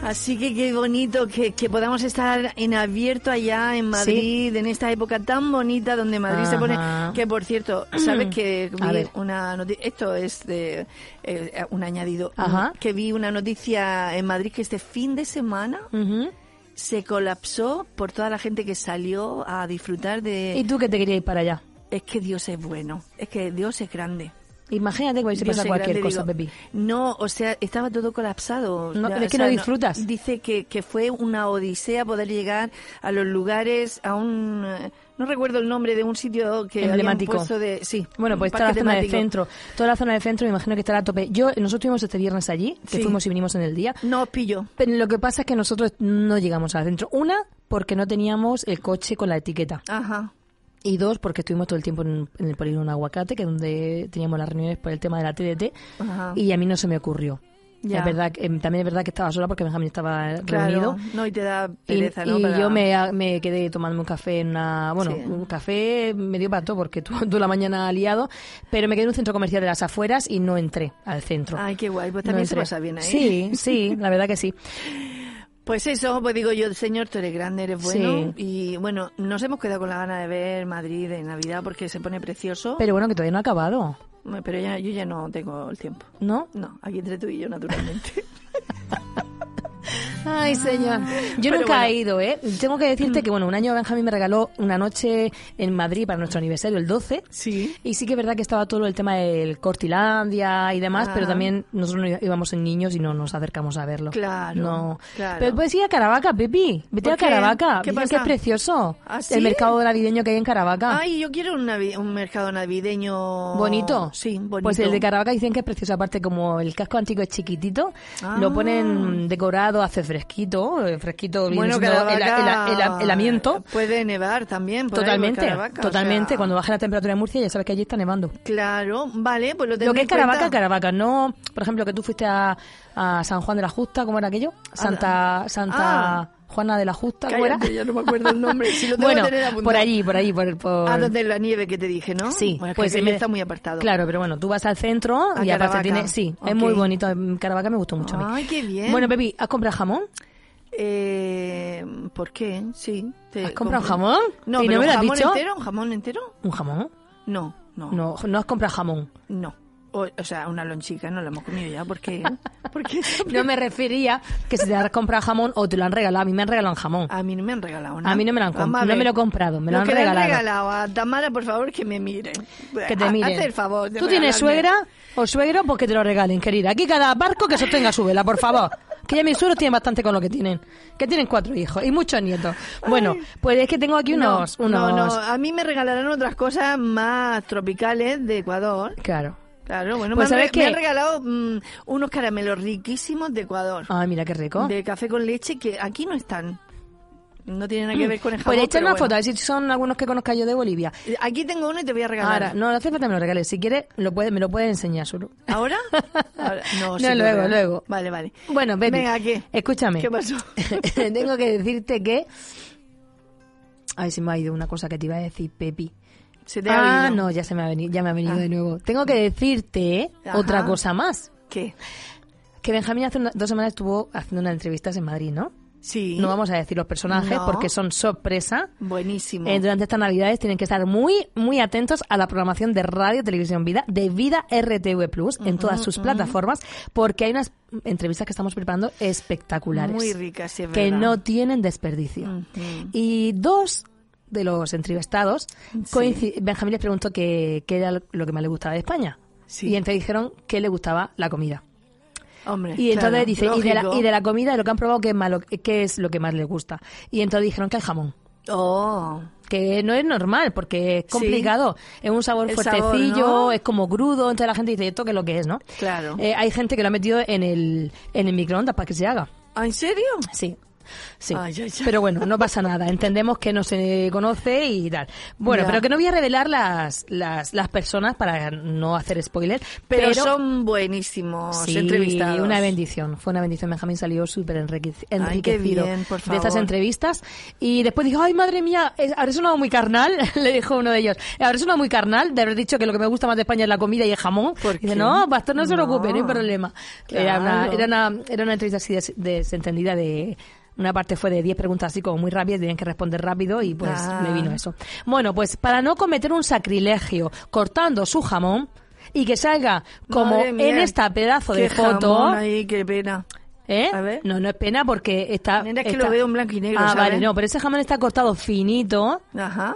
Así que qué bonito que, que podamos estar en abierto allá en Madrid, en esta época tan bonita donde Madrid se pone... Ajá. Mm. Que por cierto, sabes que A vi ver. una noticia... Esto es de, eh, un añadido. Ajá. Que vi una noticia en Madrid que este fin de semana Ujú. se colapsó por toda la gente que salió a disfrutar de... Eh. ¿Y tú que te querías ir para allá? Es que Dios es bueno, es que Dios es grande. Imagínate que vais a Dios pasar sea cualquier grande, cosa, digo, Pepi. No, o sea, estaba todo colapsado. No, Ya, es o que sea, no disfrutas. dice que, que fue una odisea poder llegar a los lugares, a un... eh, No recuerdo el nombre de un sitio que habían Emblemático. puesto de... Sí, Bueno, pues un está la parque zona del temático. centro. Toda la zona del centro me imagino que estará a tope. Yo, nosotros estuvimos este viernes allí, que Sí. fuimos y vinimos en el día. No, pillo. Pero lo que pasa es que nosotros no llegamos al centro. Una, porque no teníamos el coche con la etiqueta. Ajá. Y dos, porque estuvimos todo el tiempo en, en el polígono Aguacate, que es donde teníamos las reuniones por el tema de la TDT, Ajá. y a mí no se me ocurrió. Ya. Es verdad, que- em, también es verdad que estaba sola porque Benjamín estaba reunido. Claro. No, y te da Y, pereza, ¿no? y Para- yo me, me quedé tomándome un café en una... Bueno, Sí. un café me dio para todo porque tú, tú la mañana liado, pero me quedé en un centro comercial de las afueras y no entré al centro. Ay, qué guay. Pues No también se entré. pasa bien ahí. Sí, sí, la verdad que sí. Pues eso, pues digo yo, señor, tú eres grande, eres bueno. Sí. Y bueno, nos hemos quedado con la gana de ver Madrid en Navidad porque se pone precioso. Pero bueno, que todavía no ha acabado, Bueno, Pero ya, yo ya no tengo el tiempo. ¿no? No, aquí entre tú y yo, naturalmente. Ay, señor. Yo Pero nunca bueno. Mm. he ido, ¿eh? Tengo que decirte que, bueno, un año Benjamín me regaló una noche en Madrid para nuestro aniversario, el 12. Sí. Y sí que es verdad que estaba todo el tema del Cortilandia y demás, pero Ajá. también nosotros no íbamos en niños y no nos acercamos a verlo. Claro, No. claro. Pero puedes ir a Caravaca, Pepi. Vete ¿Por a qué? Caravaca. ¿Qué Dicen pasa? que es precioso. ¿Ah, sí? El mercado navideño que hay en Caravaca. Ay, yo quiero un, navi- un mercado navideño. Bonito. Sí, bonito. Pues el de Caravaca dicen que es precioso. Aparte, como el casco antiguo es chiquitito, Ah. lo ponen decorado, hace fresquito, eh, fresquito, viene Bueno, siendo el, Caravaca. el- el- el amiento. Puede nevar también. por ahí, por Totalmente, Caravaca, o totalmente. sea, Cuando baja la temperatura en Murcia, ya sabes que allí está nevando. Claro, vale, pues lo tengo Lo que es Caravaca, Caravaca, no, por ejemplo, que tú fuiste a, a San Juan de la Justa, ¿cómo era aquello? Santa Santa Ah. Juana de la Justa, ¿cómo era? Cállate, ya no me acuerdo el nombre. Si lo tengo que bueno, tener apuntado. por allí, por allí, por, por- Ah, donde la nieve que te dije, ¿no? Sí, Bueno, es pues que en aquello vez- está muy apartado. Claro, pero bueno, tú vas al centro A y aparte Caravaca. tiene, sí, Ok. es muy bonito. Caravaca me gustó mucho a mí. Ay, qué bien. Bueno, Pepi, ¿has comprado jamón? Eh, ¿Por qué? Sí. te ¿Has comprado compro. jamón? No, ¿Y no me pero un lo has jamón dicho? entero, un jamón entero. ¿Un jamón? No, no, no. No, no has comprado jamón. O, o sea, una lonchica no la hemos comido ya porque, porque No me refería que si te has comprado jamón o te lo han regalado. A mí me han regalado un jamón. a mí no me han regalado nada. A mí no me lo han com- Vamos a no ver. me lo he comprado, me lo han que le regalado. regalado a Tamara, por favor, que me mire. Que te Ha- miren. Haz el favor. de ¿Tú tienes regalarme. suegra o suegro? Pues que te lo regalen, querida. Aquí cada barco que sostenga su vela, por favor. Que ya mis suegros tienen bastante con lo que tienen. Que tienen cuatro hijos y muchos nietos. Bueno, pues es que tengo aquí unos... No, unos... no, no, a mí me regalarán otras cosas más tropicales de Ecuador. Claro. Claro, bueno, Pues me, han, ¿sabes re- me qué? han regalado mm, unos caramelos riquísimos de Ecuador, Ay, mira qué rico. de café con leche, que aquí no están. No tienen nada que ver con el jamón. Pues echar pero una bueno. foto, a ver si son algunos que conozca yo de Bolivia. Aquí tengo uno y te voy a regalar. Ahora, no, no hace falta que me lo regales. Si quieres, lo puede, me lo puedes enseñar solo. ¿Ahora? Ahora- No, No, sí, te lo luego, regalo. luego. Vale, vale. Bueno, Pepi, Venga, ¿qué? escúchame. ¿Qué pasó? Tengo que decirte que... Ay, se me ha ido una cosa que te iba a decir, Pepi. Se te Ah, ha oído. no, ya se me ha venido, ya me ha venido Ah. de nuevo. Tengo que decirte Ajá. otra cosa más. ¿Qué? Que Benjamín hace una- dos semanas estuvo haciendo unas entrevistas en Madrid, ¿no? Sí. No vamos a decir los personajes No. porque son sorpresa. Buenísimo. Eh, durante estas navidades tienen que estar muy, muy atentos a la programación de Radio Televisión Vida, de Vida RTV Plus, en todas sus plataformas, porque hay unas entrevistas que estamos preparando espectaculares. Muy ricas, sí, es Que verdad. no tienen desperdicio. Ujú. Y dos de los entrevistados, coinci- Benjamín les preguntó qué qué era lo que más le gustaba de España. Sí. Y entonces dijeron que le gustaba la comida. Hombre, Y entonces claro, dice, y de, la, lógico. y de la comida, de lo que han probado, ¿qué es, malo, qué es lo que más les gusta? Y entonces dijeron que el jamón Oh, que no es normal porque es Sí. complicado, es un sabor El fuertecillo, sabor, ¿no? es como crudo, entonces la gente dice esto que es lo que es, ¿no? Claro. Eh, hay gente que lo ha metido en el, en el microondas para que se haga. ¿Ah, ¿en serio? Sí. Sí. Ay, ay, ay. Pero bueno, no pasa nada. Entendemos que no se conoce y tal. Bueno, Ya. pero que no voy a revelar las, las, las personas para no hacer spoiler. Pero, Pero, son buenísimos Sí, entrevistados. una bendición. Fue una bendición. Benjamín salió súper enriquec- enriquecido bien, por de estas favor. entrevistas. Y después dijo, ay, madre mía, eh, habré sonado muy carnal, le dijo uno de ellos. "Eh, Habré sonado muy carnal de haber dicho que lo que me gusta más de España es la comida y el jamón. ¿Por Dice, qué? no, pastor, no se No. preocupe, no hay problema. Era, una, Claro. era, una, era una entrevista así des- desentendida de... Una parte fue de 10 preguntas así como muy rápidas, tenían que responder rápido y pues Ah. me vino eso. Bueno, pues para no cometer un sacrilegio cortando su jamón y que salga como Madre mía, en esta pedazo de qué foto. jamón ahí, qué pena. ¿eh? A ver. No, no es pena porque está. Mira, es que está- lo veo en blanco y negro, Ah, ¿sabes? vale, no, pero ese jamón está cortado finito Ajá.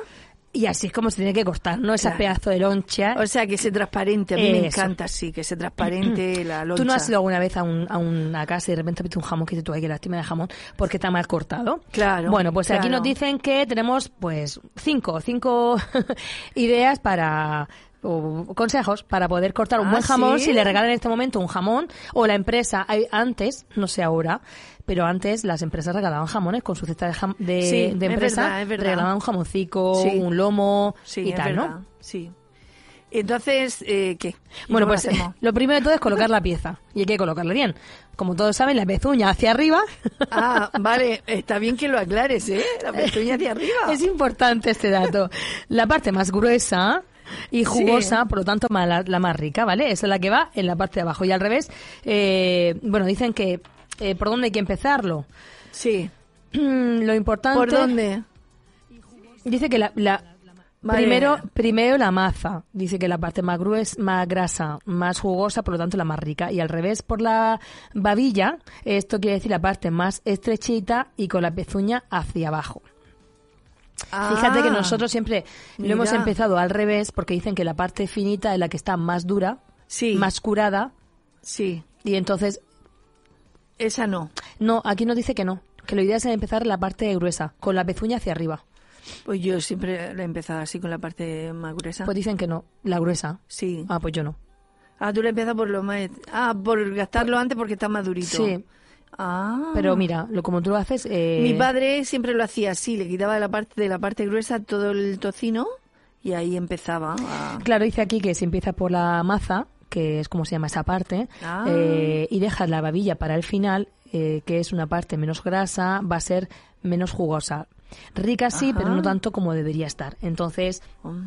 Y así es como se tiene que cortar, ¿no? Esa Claro. pedazo de loncha. O sea, que sea transparente, a mí Eso. me Mm, encanta, sí, que sea transparente la loncha. ¿Tú no has ido alguna vez a, un- a una casa y de repente has visto un jamón que dices tú, ay, qué lástima de jamón, porque está mal cortado? Claro, Bueno, pues aquí claro. nos dicen que tenemos, pues, cinco, cinco ideas para o consejos para poder cortar un Ah, buen jamón ¿sí? si le regalan en este momento un jamón o la empresa hay- antes no sé ahora pero antes las empresas regalaban jamones con su cesta de, jam- de, Sí, de es empresa verdad, es verdad. regalaban un jamoncico Sí. un lomo Sí, y es tal verdad, no Sí. Entonces, eh, ¿qué? ¿Y bueno, cómo lo pues hacemos? lo primero de todo es colocar la pieza. Y hay que colocarla bien. Como todos saben, la pezuña hacia arriba. Ah, vale, está bien que lo aclares, ¿eh? La pezuña de arriba. es importante este dato. La parte más gruesa y jugosa, por lo tanto, ma- la, la más rica, ¿vale? Esa es la que va en la parte de abajo. Y al revés, eh, bueno, dicen que eh, por dónde hay que empezarlo. Sí. Mm, Lo importante. ¿Por dónde? Dice que la. la- Vale. Primero, primero la maza. Dice que la parte más gruesa, más grasa, más jugosa, por lo tanto la más rica. Y al revés, por la babilla, esto quiere decir la parte más estrechita y con la pezuña hacia abajo. Fíjate que Ah, nosotros siempre lo mira. hemos empezado al revés porque dicen que la parte finita es la que está más dura, Sí, más curada. sí. Y entonces, Esa no. no, aquí nos dice que no. Que lo ideal es empezar la parte gruesa, con la pezuña hacia arriba. Pues yo siempre la he empezado así con la parte más gruesa. Pues dicen que no, la gruesa. Ah. Sí. Ah, pues yo no. Ah, tú la empiezas por lo más... Ah, por gastarlo antes porque está más durito. Sí. Ah. Pero mira, lo como tú lo haces, eh, Mi padre siempre lo hacía así, le quitaba de la parte de la parte gruesa todo el tocino y ahí empezaba. a- claro, dice aquí que si empiezas por la maza, que es como se llama esa parte, Ah. eh, y dejas la babilla para el final, eh, que es una parte menos grasa, va a ser menos jugosa. Rica sí, pero no tanto como debería estar. Entonces, Mm,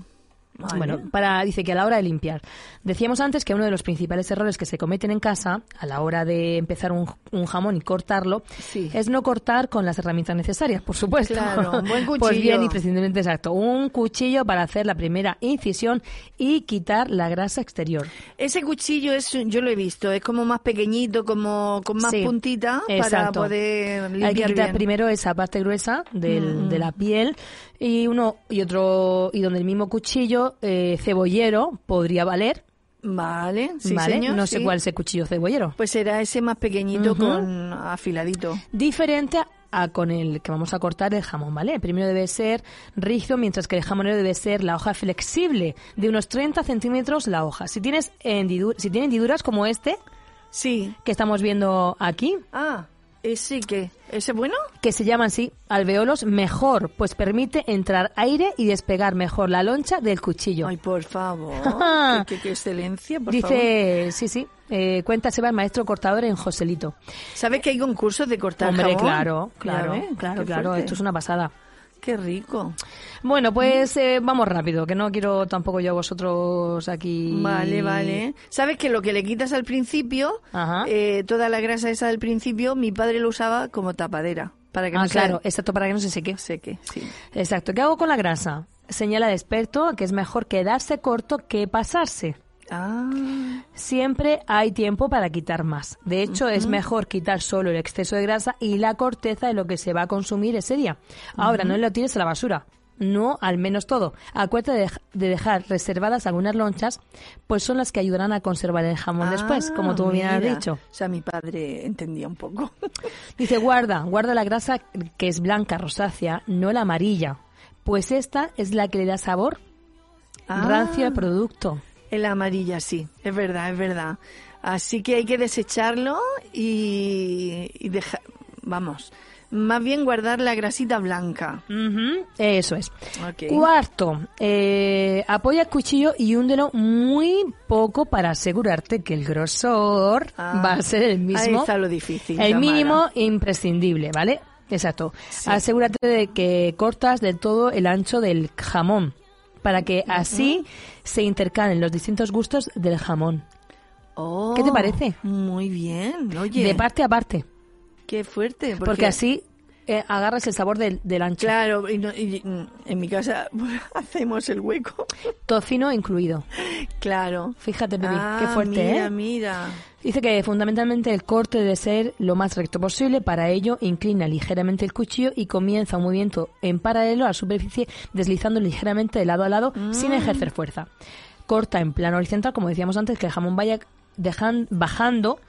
vale. Bueno, para, dice que a la hora de limpiar. Decíamos antes que uno de los principales errores que se cometen en casa a la hora de empezar un, un jamón y cortarlo Sí. es no cortar con las herramientas necesarias, por supuesto. Claro, un buen Pues bien, cuchillo. imprescindiblemente, exacto. Un cuchillo para hacer la primera incisión y quitar la grasa exterior. Ese cuchillo es, yo lo he visto, es como más pequeñito, como con más Sí, puntita para exacto. poder Hay que limpiar quitar bien. Mm. primero esa parte gruesa del- de la piel y uno y otro y donde el mismo cuchillo eh, cebollero podría valer, Vale, sí, ¿vale? señor, no sí. sé cuál es el cuchillo cebollero. Pues será ese más pequeñito con afiladito. diferente a, a con el que vamos a cortar el jamón, ¿vale? El primero debe ser rígido, mientras que el jamonero debe ser la hoja flexible, de unos 30 centímetros la hoja. Si, tienes hendidu- si tiene hendiduras como este, Sí. que estamos viendo aquí, Ah, ese que, ese bueno. que se llaman así alveolos, mejor, pues permite entrar aire y despegar mejor la loncha del cuchillo. Ay, por favor. qué, qué- qué excelencia, por favor. Dice, sí, sí, eh, cuenta se va el maestro cortador en Joselito. ¿Sabes que hay concursos de cortar Hombre, jamón? claro, Ya claro, ves, claro, eh, qué claro, fuerte. esto es una pasada. Qué rico. Bueno, pues eh, vamos rápido, que no quiero tampoco yo a vosotros aquí. Vale, vale. ¿Sabes que lo que le quitas al principio, Ajá. eh, toda la grasa esa del principio, mi padre lo usaba como tapadera. Para que Ah, no se- claro, exacto, para que no se seque. sé qué, sí. Exacto. ¿Qué hago con la grasa? Señala el experto que es mejor quedarse corto que pasarse. Ah, Siempre hay tiempo para quitar más. De hecho, es mejor quitar solo el exceso de grasa y la corteza de lo que se va a consumir ese día. Ahora, no lo tires a la basura. No, al menos todo. Acuérdate de, dej- de dejar reservadas algunas lonchas, pues son las que ayudarán a conservar el jamón después, Ah, como tú bien has mira. dicho. O sea, mi padre entendía un poco. Dice, guarda, guarda la grasa que es blanca, rosácea, no la amarilla. Pues esta es la que le da sabor Ah. rancio al producto. El amarilla, sí, es verdad, es verdad. Así que hay que desecharlo y, y dejar, vamos, más bien guardar la grasita blanca. Ujú, Eso es. Ok. Cuarto, eh, apoya el cuchillo y húndelo muy poco para asegurarte que el grosor Ah, va a ser el mismo. Ahí está lo difícil. El Tamara. mínimo imprescindible, ¿vale? Exacto. Asegúrate de que cortas del todo el ancho del jamón para que así se intercalen los distintos gustos del jamón. Oh, ¿Qué te parece? Muy bien, oye, De parte a parte. qué fuerte. Porque así eh, agarras el sabor del, del ancho. Claro, y, no- y- y en mi casa hacemos el hueco. Tocino incluido. Claro. Fíjate, Pepi, Ah, qué fuerte, mira, ¿eh? mira. Dice que fundamentalmente el corte debe ser lo más recto posible. Para ello, inclina ligeramente el cuchillo y comienza un movimiento en paralelo a la superficie, deslizando ligeramente de lado a lado sin ejercer fuerza. Corta en plano horizontal, como decíamos antes, que el jamón vaya dejan- bajando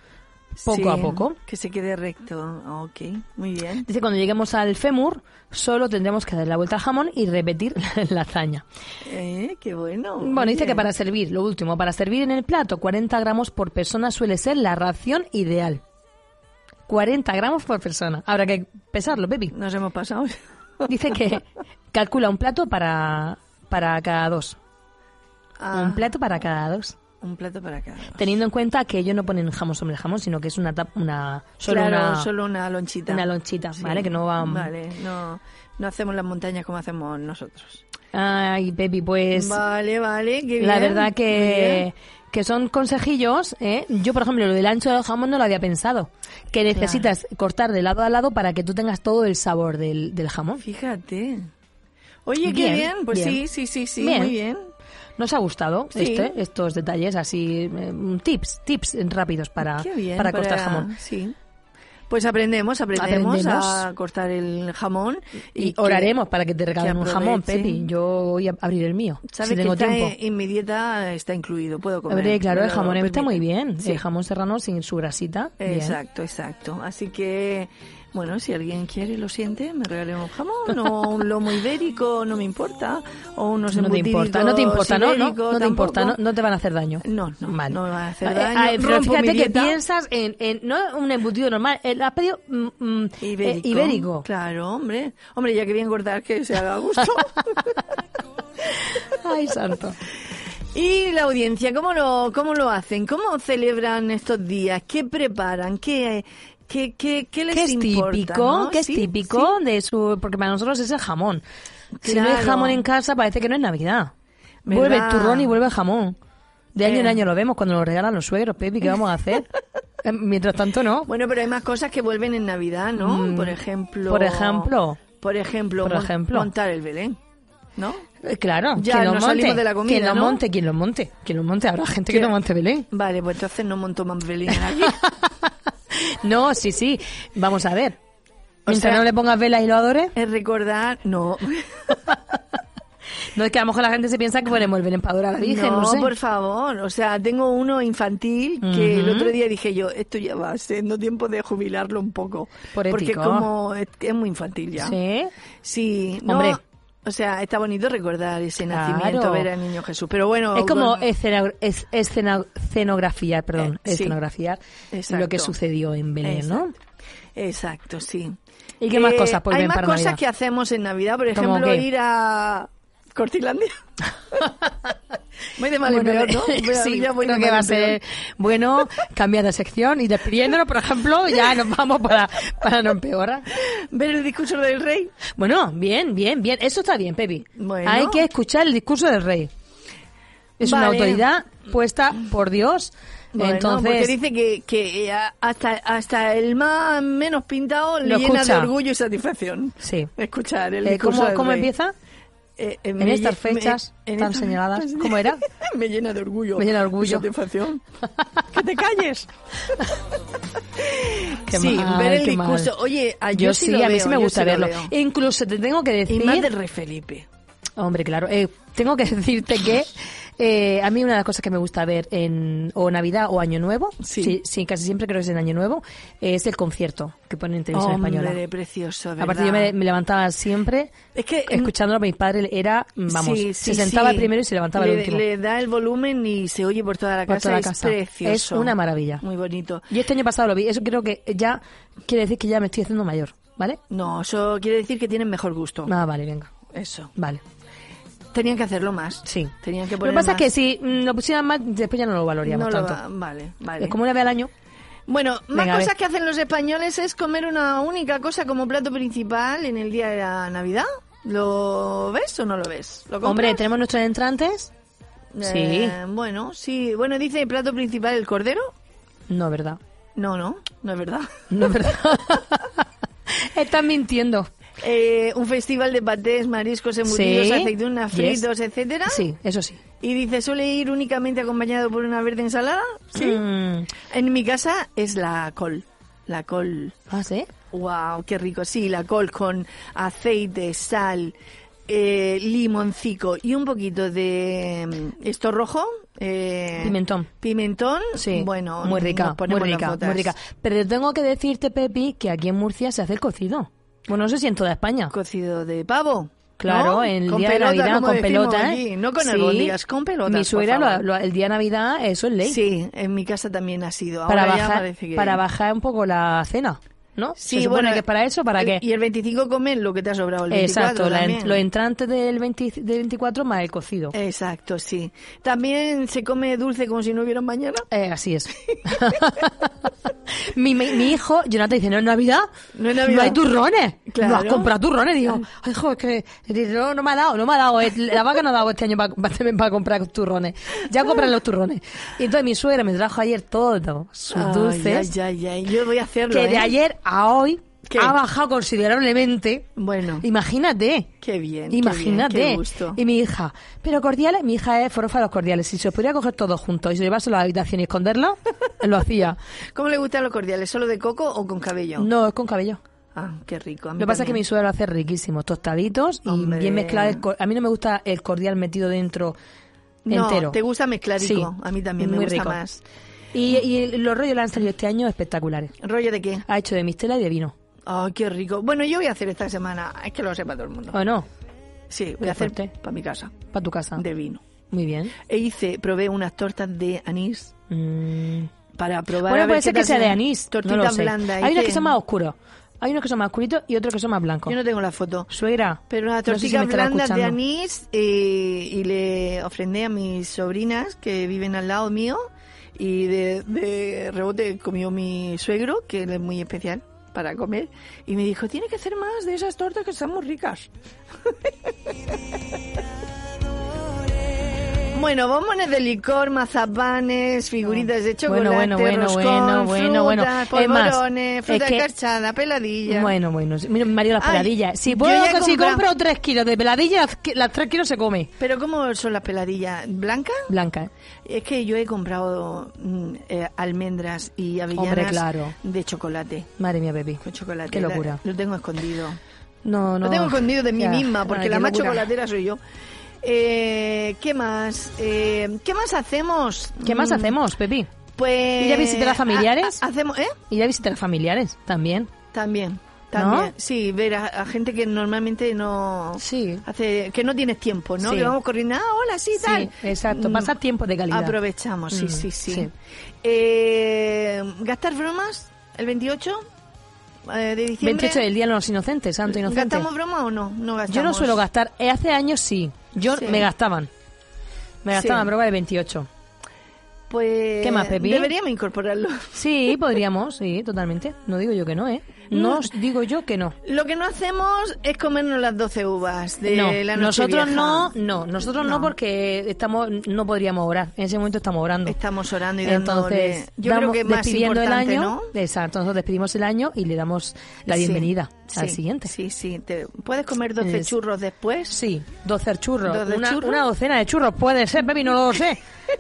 poco Sí, a poco. Que se quede recto. Ok, muy bien. Dice cuando lleguemos al fémur, solo tendremos que dar la vuelta al jamón y repetir la lasaña. Eh, qué bueno. Bueno, dice Oye. que para servir, lo último, para servir en el plato, 40 gramos por persona suele ser la ración ideal. 40 gramos por persona. Habrá que pesarlo, Pepi. Nos hemos pasado. Dice que calcula un plato para, para cada dos. Ah, Un plato para cada dos. un plato para cada. uno. Teniendo en cuenta que ellos no ponen jamón sobre el jamón, sino que es una, tap- una solo claro, una... solo una lonchita. una lonchita, ¿vale? Que no va- Vale, no, no hacemos las montañas como hacemos nosotros. Ay, Pepi, pues... vale, vale, qué bien. La verdad muy que, bien. que son consejillos. ¿eh? Yo, por ejemplo, lo del ancho del jamón no lo había pensado. Que necesitas cortar de lado a lado para que tú tengas todo el sabor del, del jamón. Fíjate. Oye, qué Bien, bien. Pues bien. sí, sí, sí, sí, Bien. muy bien. ¿Nos ha gustado Sí. este, estos detalles así? eh, tips, tips rápidos para, qué bien. para cortar jamón. Sí. Pues aprendemos, aprendemos, a Aprendemos. cortar el jamón. Y, que- oraremos para que te regalen un que jamón, aprovechen. Pepi. Yo voy a abrir el mío, Sabes si que tengo está tiempo. en- en mi dieta está incluido, puedo comer. Hombre, claro, el pero jamón está permite. muy bien. eh. Sí. El jamón serrano sin su grasita. bien. Exacto, exacto. Así que, bueno, si alguien quiere y lo siente, me regalé un jamón o un lomo ibérico, no me importa. O unos No te importa, no te importa, no, no, no te importa, no, no te van a hacer daño. No, no, Vale. no me van a hacer Eh, daño. eh, pero Rompo mi fíjate que dieta. piensas en, en- no un embutido normal, el has pedido mm, mm, eh, Ibérico. ibérico. Claro, hombre. Hombre, ya quería engordar que se haga a gusto. Ay, santo. y la audiencia, ¿cómo lo, ¿cómo lo hacen? ¿Cómo celebran estos días? ¿Qué preparan? ¿Qué, qué, qué, qué les Que es importa? típico, ¿no? que es Sí, típico de su porque para nosotros es el jamón. Si no hay Claro. jamón en casa parece que no es Navidad. ¿Verdad? Vuelve el turrón y vuelve el jamón. De año en Eh. año lo vemos cuando lo regalan los suegros, Pepi, ¿qué vamos a hacer? Eh, Mientras tanto no. Bueno, pero hay más cosas que vuelven en Navidad, ¿no? Mm, por ejemplo. por ejemplo. Por ejemplo, Por mon- ejemplo. montar el Belén, ¿no? Eh, Claro, Ya quien lo nos monte, salimos de la comida, quien lo ¿no? monte, quien lo monte, quien lo monte, habrá gente que Que- no monte Belén. Vale, pues entonces no monto más Belén aquí. No, sí, sí. Vamos a ver. O Mientras sea- no le pongas velas y lo adores, es recordar. No. no es que a lo mejor la gente se piensa que ponemos el Belén para adorar a la Virgen, no, sé. por favor. O sea, tengo uno infantil que el Ujú. otro día dije yo, esto ya va siendo tiempo de jubilarlo un poco. Por porque ético. como es, es muy infantil ya. Sí. Sí, no, Hombre. O sea, está bonito recordar ese Claro. nacimiento, ver al niño Jesús. Pero bueno. Es como con- escena- es- escena- escenografiar, perdón, Eh, sí. escenografiar Exacto. lo que sucedió en Belén, ¿no? Exacto. Exacto, sí. Eh, ¿Y qué más cosas pues, Hay ven más para cosas Navidad? que hacemos en Navidad, por ¿Cómo ejemplo, qué? ir a Cortilandia. voy de mal en Bueno, peor, ¿no? Voy a- sí, ya voy de creo que mal va a en peor. ser bueno cambiar de sección y despidiéndonos, por ejemplo, ya nos vamos para, para no empeorar. Ver el discurso del rey. Bueno, bien, bien, bien. Eso está bien, Pepi. Bueno. Hay que escuchar el discurso del rey. Es una Vale. autoridad puesta por Dios. Bueno, pues porque Entonces, dice que, que eh, hasta, hasta el más menos pintado le Lo llena de escucha. orgullo y satisfacción. Sí. Escuchar el eh, discurso ¿cómo, del cómo rey. empieza? Eh, eh, en me estas lle- me- fechas en tan estas- señaladas? ¿Cómo era? me llena de orgullo. Me llena de y orgullo. satisfacción. ¡Que te calles! Qué sí, mal, ver el qué mal. discurso. Oye, a- yo, yo, sí, sí, lo a mí veo, sí me yo gusta lo verlo. veo. Incluso te tengo que Y decir, más del Rey Felipe. hombre, claro, eh, tengo que decirte que eh, a mí una de las cosas que me gusta ver en o Navidad o Año Nuevo, Sí. casi siempre creo que es en Año Nuevo, es el concierto que ponen en televisión Hombre, española. precioso, ¿verdad? Aparte yo me, me levantaba siempre Es que, mm, escuchándolo a mi padre era vamos Sí, sí, se sentaba sí. primero y se levantaba le, el último Le da el volumen y se oye por toda la Por casa. toda la es casa. precioso. Es una maravilla. Muy bonito. y este año pasado lo vi eso creo que ya quiere decir que ya me estoy haciendo mayor vale No, eso quiere decir que tienen mejor gusto. ah vale venga Eso. vale Tenían que hacerlo más. sí Tenían que lo que poner pasa más. es que si mm, lo pusieran más después ya no lo valoríamos no lo tanto va- Vale, vale. es como una vez al año Bueno, más Venga, a cosas ver. que hacen los españoles es comer una única cosa como plato principal en el día de la Navidad. ¿Lo ves o no lo ves? ¿Lo compras? hombre tenemos nuestros entrantes Eh, Bueno, sí. Bueno, dice plato principal el cordero. no verdad No, no, no es verdad. no es verdad Estás mintiendo. Eh, un festival de patés, mariscos, embutidos, Sí. aceitunas, Yes. fritos, etcétera. Sí, eso sí. Y dice, ¿suele ir únicamente acompañado por una verde ensalada? Sí. Mm. En mi casa es la col. La col. Ah, sí. Wow, qué rico. Sí, la col con aceite, sal, eh, limoncico y un poquito de mm, esto rojo. eh, Pimentón. Pimentón. Sí, Bueno, muy rica, nos muy ponemos las rica, botas. muy rica. Pero tengo que decirte, Pepi, que aquí en Murcia se hace el cocido. Bueno, no sé si en toda España. Ah. Cocido de pavo. Claro, ¿no? el Con día pelota, de Navidad como con decimos pelota, aquí, ¿eh? No con Sí. albóndigas, con pelotas. Mi por suegra, favor. lo- lo- el día de Navidad, eso es ley. Sí, en mi casa también ha sido. para Ahora ya bajar, parece que- para bajar un poco la cena, ¿no? Sí, Se supone bueno, que para eso, ¿para el- qué? Y el 25 comen lo que te ha sobrado el 24 Exacto, la en- también. los entrantes del, 20 del 24 más el cocido. Exacto, sí. También se come dulce como si no hubiera un mañana. Eh, así es. mi, mi, mi hijo, Jonathan, dice, ¿no es Navidad? No es Navidad. hay turrones. Claro. No has comprado turrones. Digo, "Ay, hijo, es que dice, no, no me ha dado, no me ha dado. eh, La vaca no ha dado este año para, comprar turrones. Ya compran los turrones. Y entonces mi suegra me trajo ayer todos sus Ay, dulces. Ay, ay, ay, Yo voy a hacerlo. que de ¿eh? ayer a hoy ¿Qué? Ah. ha bajado considerablemente. Bueno, Imagínate. qué bien. qué Imagínate. bien, qué gusto. Y mi hija, pero cordiales, mi hija es forofa de los cordiales. Si se os pudiera coger todos juntos y llevárselo a la habitación y esconderlo, lo hacía. ¿Cómo le gustan los cordiales? ¿Solo de coco o con cabello? No, es con cabello. Ah, qué rico. a mí Lo que pasa es que mi también. suegro lo hace riquísimo, tostaditos y Hombre. bien mezclado. el cor- a mí no me gusta el cordial metido dentro No, entero. te gusta mezclarico. Sí, A mí también me muy gusta rico. más. Y, y los rollos le han salido este año espectaculares. ¿Rollo de qué? Ha hecho de mistela y de vino. Ay, qué rico. Bueno, yo voy a hacer esta semana. Es que lo sepa todo el mundo. ¿O no? Sí, voy a hacer fuerte. Ah. para mi casa. Para tu casa. De vino. Muy bien. E hice, probé unas tortas de anís Mm. para probar. a Bueno, ver puede qué ser que tal sea de son. anís. Tortita no lo sé. blanda. Hay unos hice- que son más oscuros. Hay unos que son más oscuritos y otros que son más blancos. Yo no tengo la foto. Suegra. Pero una no sé si tortita me estará blanda de escuchando. anís eh, y le ofrendé a mis sobrinas que viven al lado mío y de, de rebote comió mi suegro, que él es muy especial para comer, y me dijo, tiene que hacer más de esas tortas que están muy ricas. Bueno, bombones de licor, mazapanes, figuritas de chocolate, Bueno, bueno, bueno, bueno, roscón, bueno, bueno. frutas, Es más, polvorones, fruta es que- escarchada, peladilla. Bueno, bueno. sí. Mira, Mario, las Ay, peladillas. Si yo puedo, ya he si comprado- compro tres kilos de peladillas, las que- las tres kilos se come. Pero ¿cómo son las peladillas? ¿Blancas? Blanca, ¿eh? Es que yo he comprado mm, eh, almendras y avellanas Hombre, claro. de chocolate. Madre mía, Pepi. Con chocolate. Qué locura. La- Lo tengo escondido. No, no. Lo tengo escondido de mí Ya, misma, porque ay, la qué más locura. chocolatera soy yo. Eh, ¿Qué más? Eh, ¿Qué más hacemos? ¿Qué más Mm, hacemos, Pepi? Pues... ¿Ir a visitar a familiares? a- a- hacemos, ¿eh? Ir a visitar a familiares también. También. También, ¿No? sí, ver a, a gente que normalmente no Sí. hace, que no tienes tiempo, ¿no? Sí. Que vamos corriendo, ah, hola, sí, Sí, tal. exacto. Mm. Pasar tiempo de calidad. Aprovechamos, sí, Mm, sí, sí. sí. Eh, ¿Gastar bromas el 28 eh, de diciembre? 28 del Día de los Inocentes, Santo Inocente. ¿Gastamos broma o no? No gastamos. Yo no suelo gastar. Eh, Hace años sí. Yo Sí. me gastaban. Me Sí. gastaban broma de 28. Pues, ¿Qué más, Pepi? Deberíamos incorporarlo. Sí, podríamos, sí, totalmente. No digo yo que no, ¿eh? No. No os digo yo que no. Lo que no hacemos es comernos las 12 uvas de no, la noche nosotros vieja. no, no, nosotros no. No. porque estamos no podríamos orar. En ese momento estamos orando. Estamos orando y dándole... Entonces, Yo creo vamos que más despidiendo el importante, año. ¿no? Exacto, nosotros despedimos el año y le damos la Sí, bienvenida al sí, siguiente. Sí, sí. Te- ¿Puedes comer 12 Es- churros después? Sí, 12 churros. ¿Doce una, churros? una docena de churros puede ser, Pepi, no lo sé.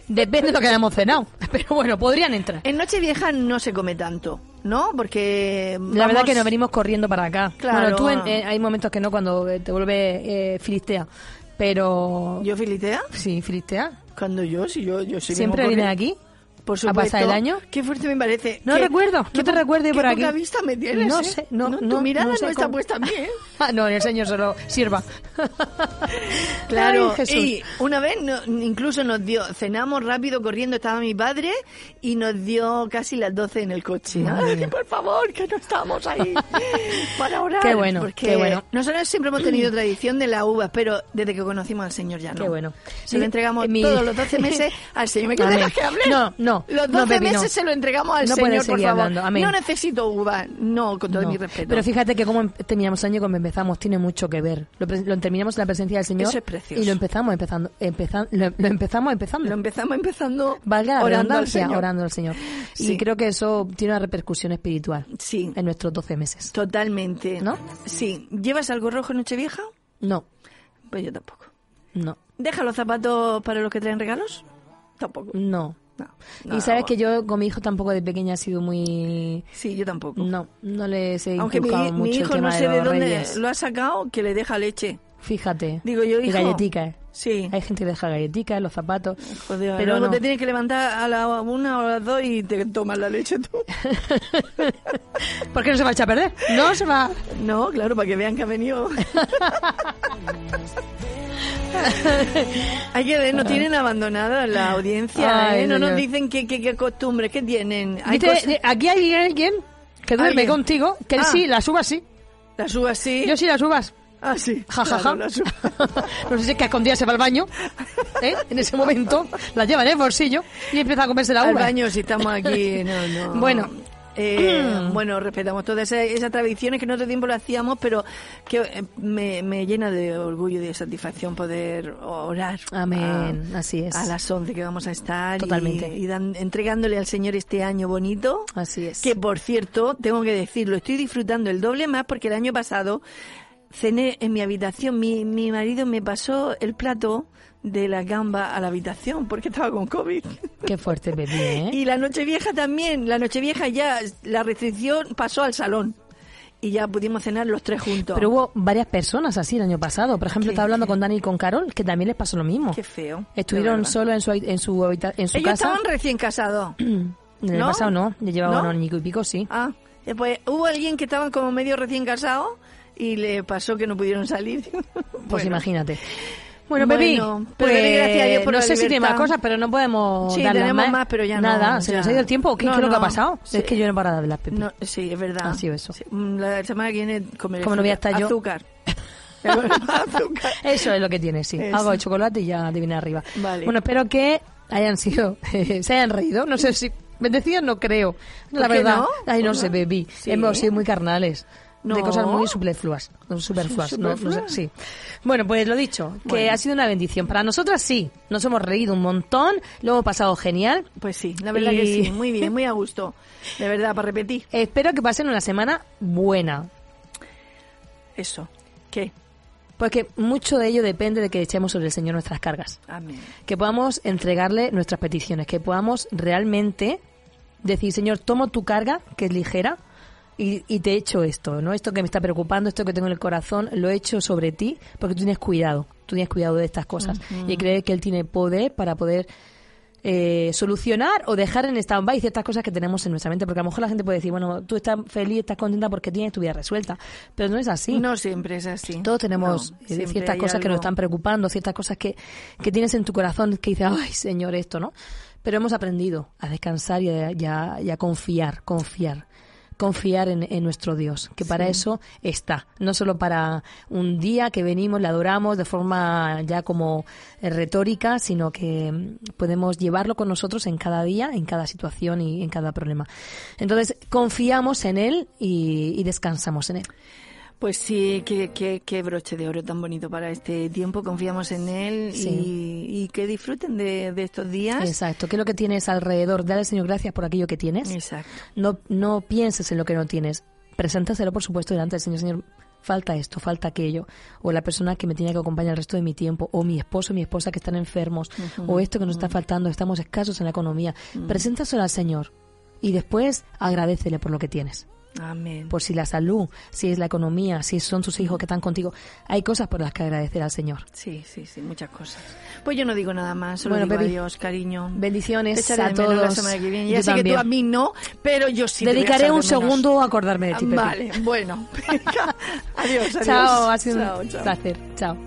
Depende de lo que hayamos cenado. Pero bueno, podrían entrar. En Nochevieja no se come tanto, ¿no? Porque... La verdad vamos- que nos venimos corriendo para acá. Claro. Bueno, tú en- eh, hay momentos que no cuando eh, te vuelves eh, filistea, pero... ¿Yo filitea? Sí, filistea. Cuando yo, si yo, yo sí ¿Siempre vengo vienes corriendo. aquí? Por ¿A supuesto. pasar el año? Qué fuerte me parece. No Qué- recuerdo, qué no te po- recuerdo qué por aquí. poca vista me tienes, No ¿eh? sé, no, Tu no, mirada no, no sé está cómo. puesta a mí, ¿eh? Ah, no, en el señor solo sirva. Claro, Ay, Jesús. y una vez no- incluso nos dio, cenamos rápido corriendo, estaba mi padre y nos dio casi las 12 en el coche. Madre Ay, mía. por favor, que no estamos ahí para orar. Qué bueno, porque qué bueno. Nosotros siempre hemos tenido tradición de la uva, pero desde que conocimos al Señor ya no. Qué bueno. Se lo Mi- entregamos mi- todos los 12 meses al Señor. ¿Me Amén. dejas que hable? No, no, Pepino. Los 12 No, Pepino. meses se lo entregamos al No puedes Señor, por seguir favor. hablando, amén. No necesito uva. No, con todo No, mi respeto. Pero fíjate que como em- terminamos el año y cómo empezamos tiene mucho que ver. Lo, pre- lo terminamos en la presencia del Señor Eso es precioso. y lo empezamos empezando, empezan- lo, lo empezamos empezando. lo empezamos empezando Valga la orando al redundancia, Señor. orando al Señor. Sí. Y creo que eso tiene una repercusión espiritual Sí, en nuestros 12 meses. totalmente. ¿No? Sí. ¿Llevas algo rojo en Nochevieja? No, Pues yo tampoco. no, ¿Deja los zapatos para los que traen regalos? Tampoco. no. No, no. Mm. y sabes que yo con mi hijo tampoco de pequeña he sido muy... Sí, yo tampoco. No, no les he Aunque mi, inculcado mi mucho el hijo tema no sé de los dónde reyes. lo ha sacado, que le deja leche. Fíjate. Digo yo, Y hijo. galleticas. Sí. Hay gente que deja galleticas, los zapatos. Joder, pero luego no. te tienes que levantar a la una o a las dos y te tomas la leche tú. ¿Por qué no se va a echar a perder? No se va. No, claro, para que vean que ha venido. Hay que ver, no tienen abandonada la audiencia, Ah. Ay, ¿eh? No nos señor. dicen qué, qué, qué costumbres, qué tienen. Hay Dice, cosas- eh, aquí hay alguien que duerme Alguien. contigo, que Ah. sí, la subas sí. La suba así. Yo sí la subas. Ah, sí. Ja, ja, ja. claro, la suba. no sé si es que a escondidas se va al baño. ¿eh? En ese momento la lleva en el bolsillo y empieza a comerse la uva. Al baño si estamos aquí, no, no. Bueno. Mm. Eh, bueno, respetamos todas esas, esas tradiciones que en otro tiempo lo hacíamos, pero que eh, me, me llena de orgullo y de satisfacción poder orar. Amén, a- así es. A las 11 que vamos a estar. y- Totalmente. Y, dan- entregándole al Señor este año bonito. Así es. Que por cierto, tengo que decirlo, estoy disfrutando el doble más porque el año pasado cené en mi habitación. Mi, mi marido me pasó el plato de la gamba a la habitación porque estaba con COVID. Qué fuerte, bebé, ¿eh? Y la Nochevieja también, la Nochevieja ya, la restricción pasó al salón y ya pudimos cenar los tres juntos. Pero hubo varias personas así el año pasado. Por ejemplo, Qué- estaba hablando con Dani y con Carol, que también les pasó lo mismo. Qué feo. de Estuvieron verdad. solos en su, habita- en su, habita- en su Ellos casa. estaban recién casados. En el ¿No? pasado no, ya llevaban ¿No? un año y pico, sí. ah, eh, pues hubo alguien que estaba como medio recién casado y le pasó que no pudieron salir. Pues Bueno. imagínate. Bueno, Pepi, Bueno, pero pues, dale gracias a Dios por no la sé si tiene libertad. más cosas, pero no podemos Sí, darlas tenemos más. ¿eh? más, pero ya no, Nada, ¿se ya. nos ha ido el tiempo? ¿Qué, No, qué es lo que no. ha pasado? Sí. Es que yo no he parado de hablar, Pepi. No, sí, es verdad. Ha sido eso. Sí, mm, La semana que viene comeré Como no voy a estar yo. Eh, azúcar. Azúcar. azúcar. Eso es lo que tiene, sí. Eso. Algo de chocolate y ya adivina arriba. Vale. Bueno, espero que hayan sido, se hayan reído. No sé si bendecidos no creo. La ¿Por qué verdad. no? Ay, no ¿Por sé, no? Pepi. Sí. Hemos sido muy carnales. No. De cosas muy superfluas. No, superfluas, no Superfluas. fluas, sí. Bueno, pues lo dicho, que Bueno. ha sido una bendición. Para nosotras sí, nos hemos reído un montón, lo hemos pasado genial. Pues sí, la verdad que Y- sí. Muy bien, muy a gusto. De verdad, para repetir. Espero que pasen una semana buena, Eso. ¿Qué? porque mucho de ello depende de que echemos sobre el Señor nuestras cargas, Amén. que podamos entregarle nuestras peticiones, que podamos realmente decir, Señor, tomo tu carga, que es ligera, y, y te echo esto, ¿no? Esto que me está preocupando, esto que tengo en el corazón, lo echo sobre ti, porque tú tienes cuidado, tú tienes cuidado de estas cosas, y crees que Él tiene poder para poder eh, solucionar o dejar en stand-by ciertas cosas que tenemos en nuestra mente. Porque a lo mejor la gente puede decir, bueno, tú estás feliz, estás contenta porque tienes tu vida resuelta. Pero no es así. No siempre es así. Todos tenemos No, eh, siempre ciertas hay cosas que nos algo. están preocupando, ciertas cosas que, que tienes en tu corazón que dices, ay, Señor, esto, ¿no? Pero hemos aprendido a descansar y a, y a- y a confiar, confiar. Confiar en, en nuestro Dios, que para eso está. No solo para un día que venimos, le adoramos de forma ya como eh, retórica, sino que mm, podemos llevarlo con nosotros en cada día, en cada situación y en cada problema. Entonces, confiamos en Él y- y descansamos en Él. Pues sí, qué, qué, qué broche de oro tan bonito para este tiempo. Confiamos en él Sí. y, y que disfruten de, de estos días. Exacto, ¿qué es lo que tienes alrededor? Dale, Señor, gracias por aquello que tienes. Exacto. No, no pienses en lo que no tienes. Preséntaselo, por supuesto, delante del Señor. Señor, falta esto, falta aquello. O la persona que me tiene que acompañar el resto de mi tiempo. O mi esposo, mi esposa que están enfermos. O esto que nos está faltando, estamos escasos en la economía. Preséntaselo al Señor. Y después agradecele por lo que tienes. Amén. Por si la salud, si es la economía, si son tus hijos que están contigo. Hay cosas por las que agradecer al Señor. Sí, sí, sí, muchas cosas. Pues yo no digo nada más, solo Bueno, digo Pepi, adiós, cariño. bendiciones Te echaré a de menos La todos. semana que viene. Yo Ya sé que tú también. a mí no, pero yo sí. te voy a Dedicaré echar de un menos. Ah, segundo a acordarme de ti. Pepi. Vale, bueno. Venga. adiós, adiós. Chao, ha sido Chao, un chao. placer. Chao.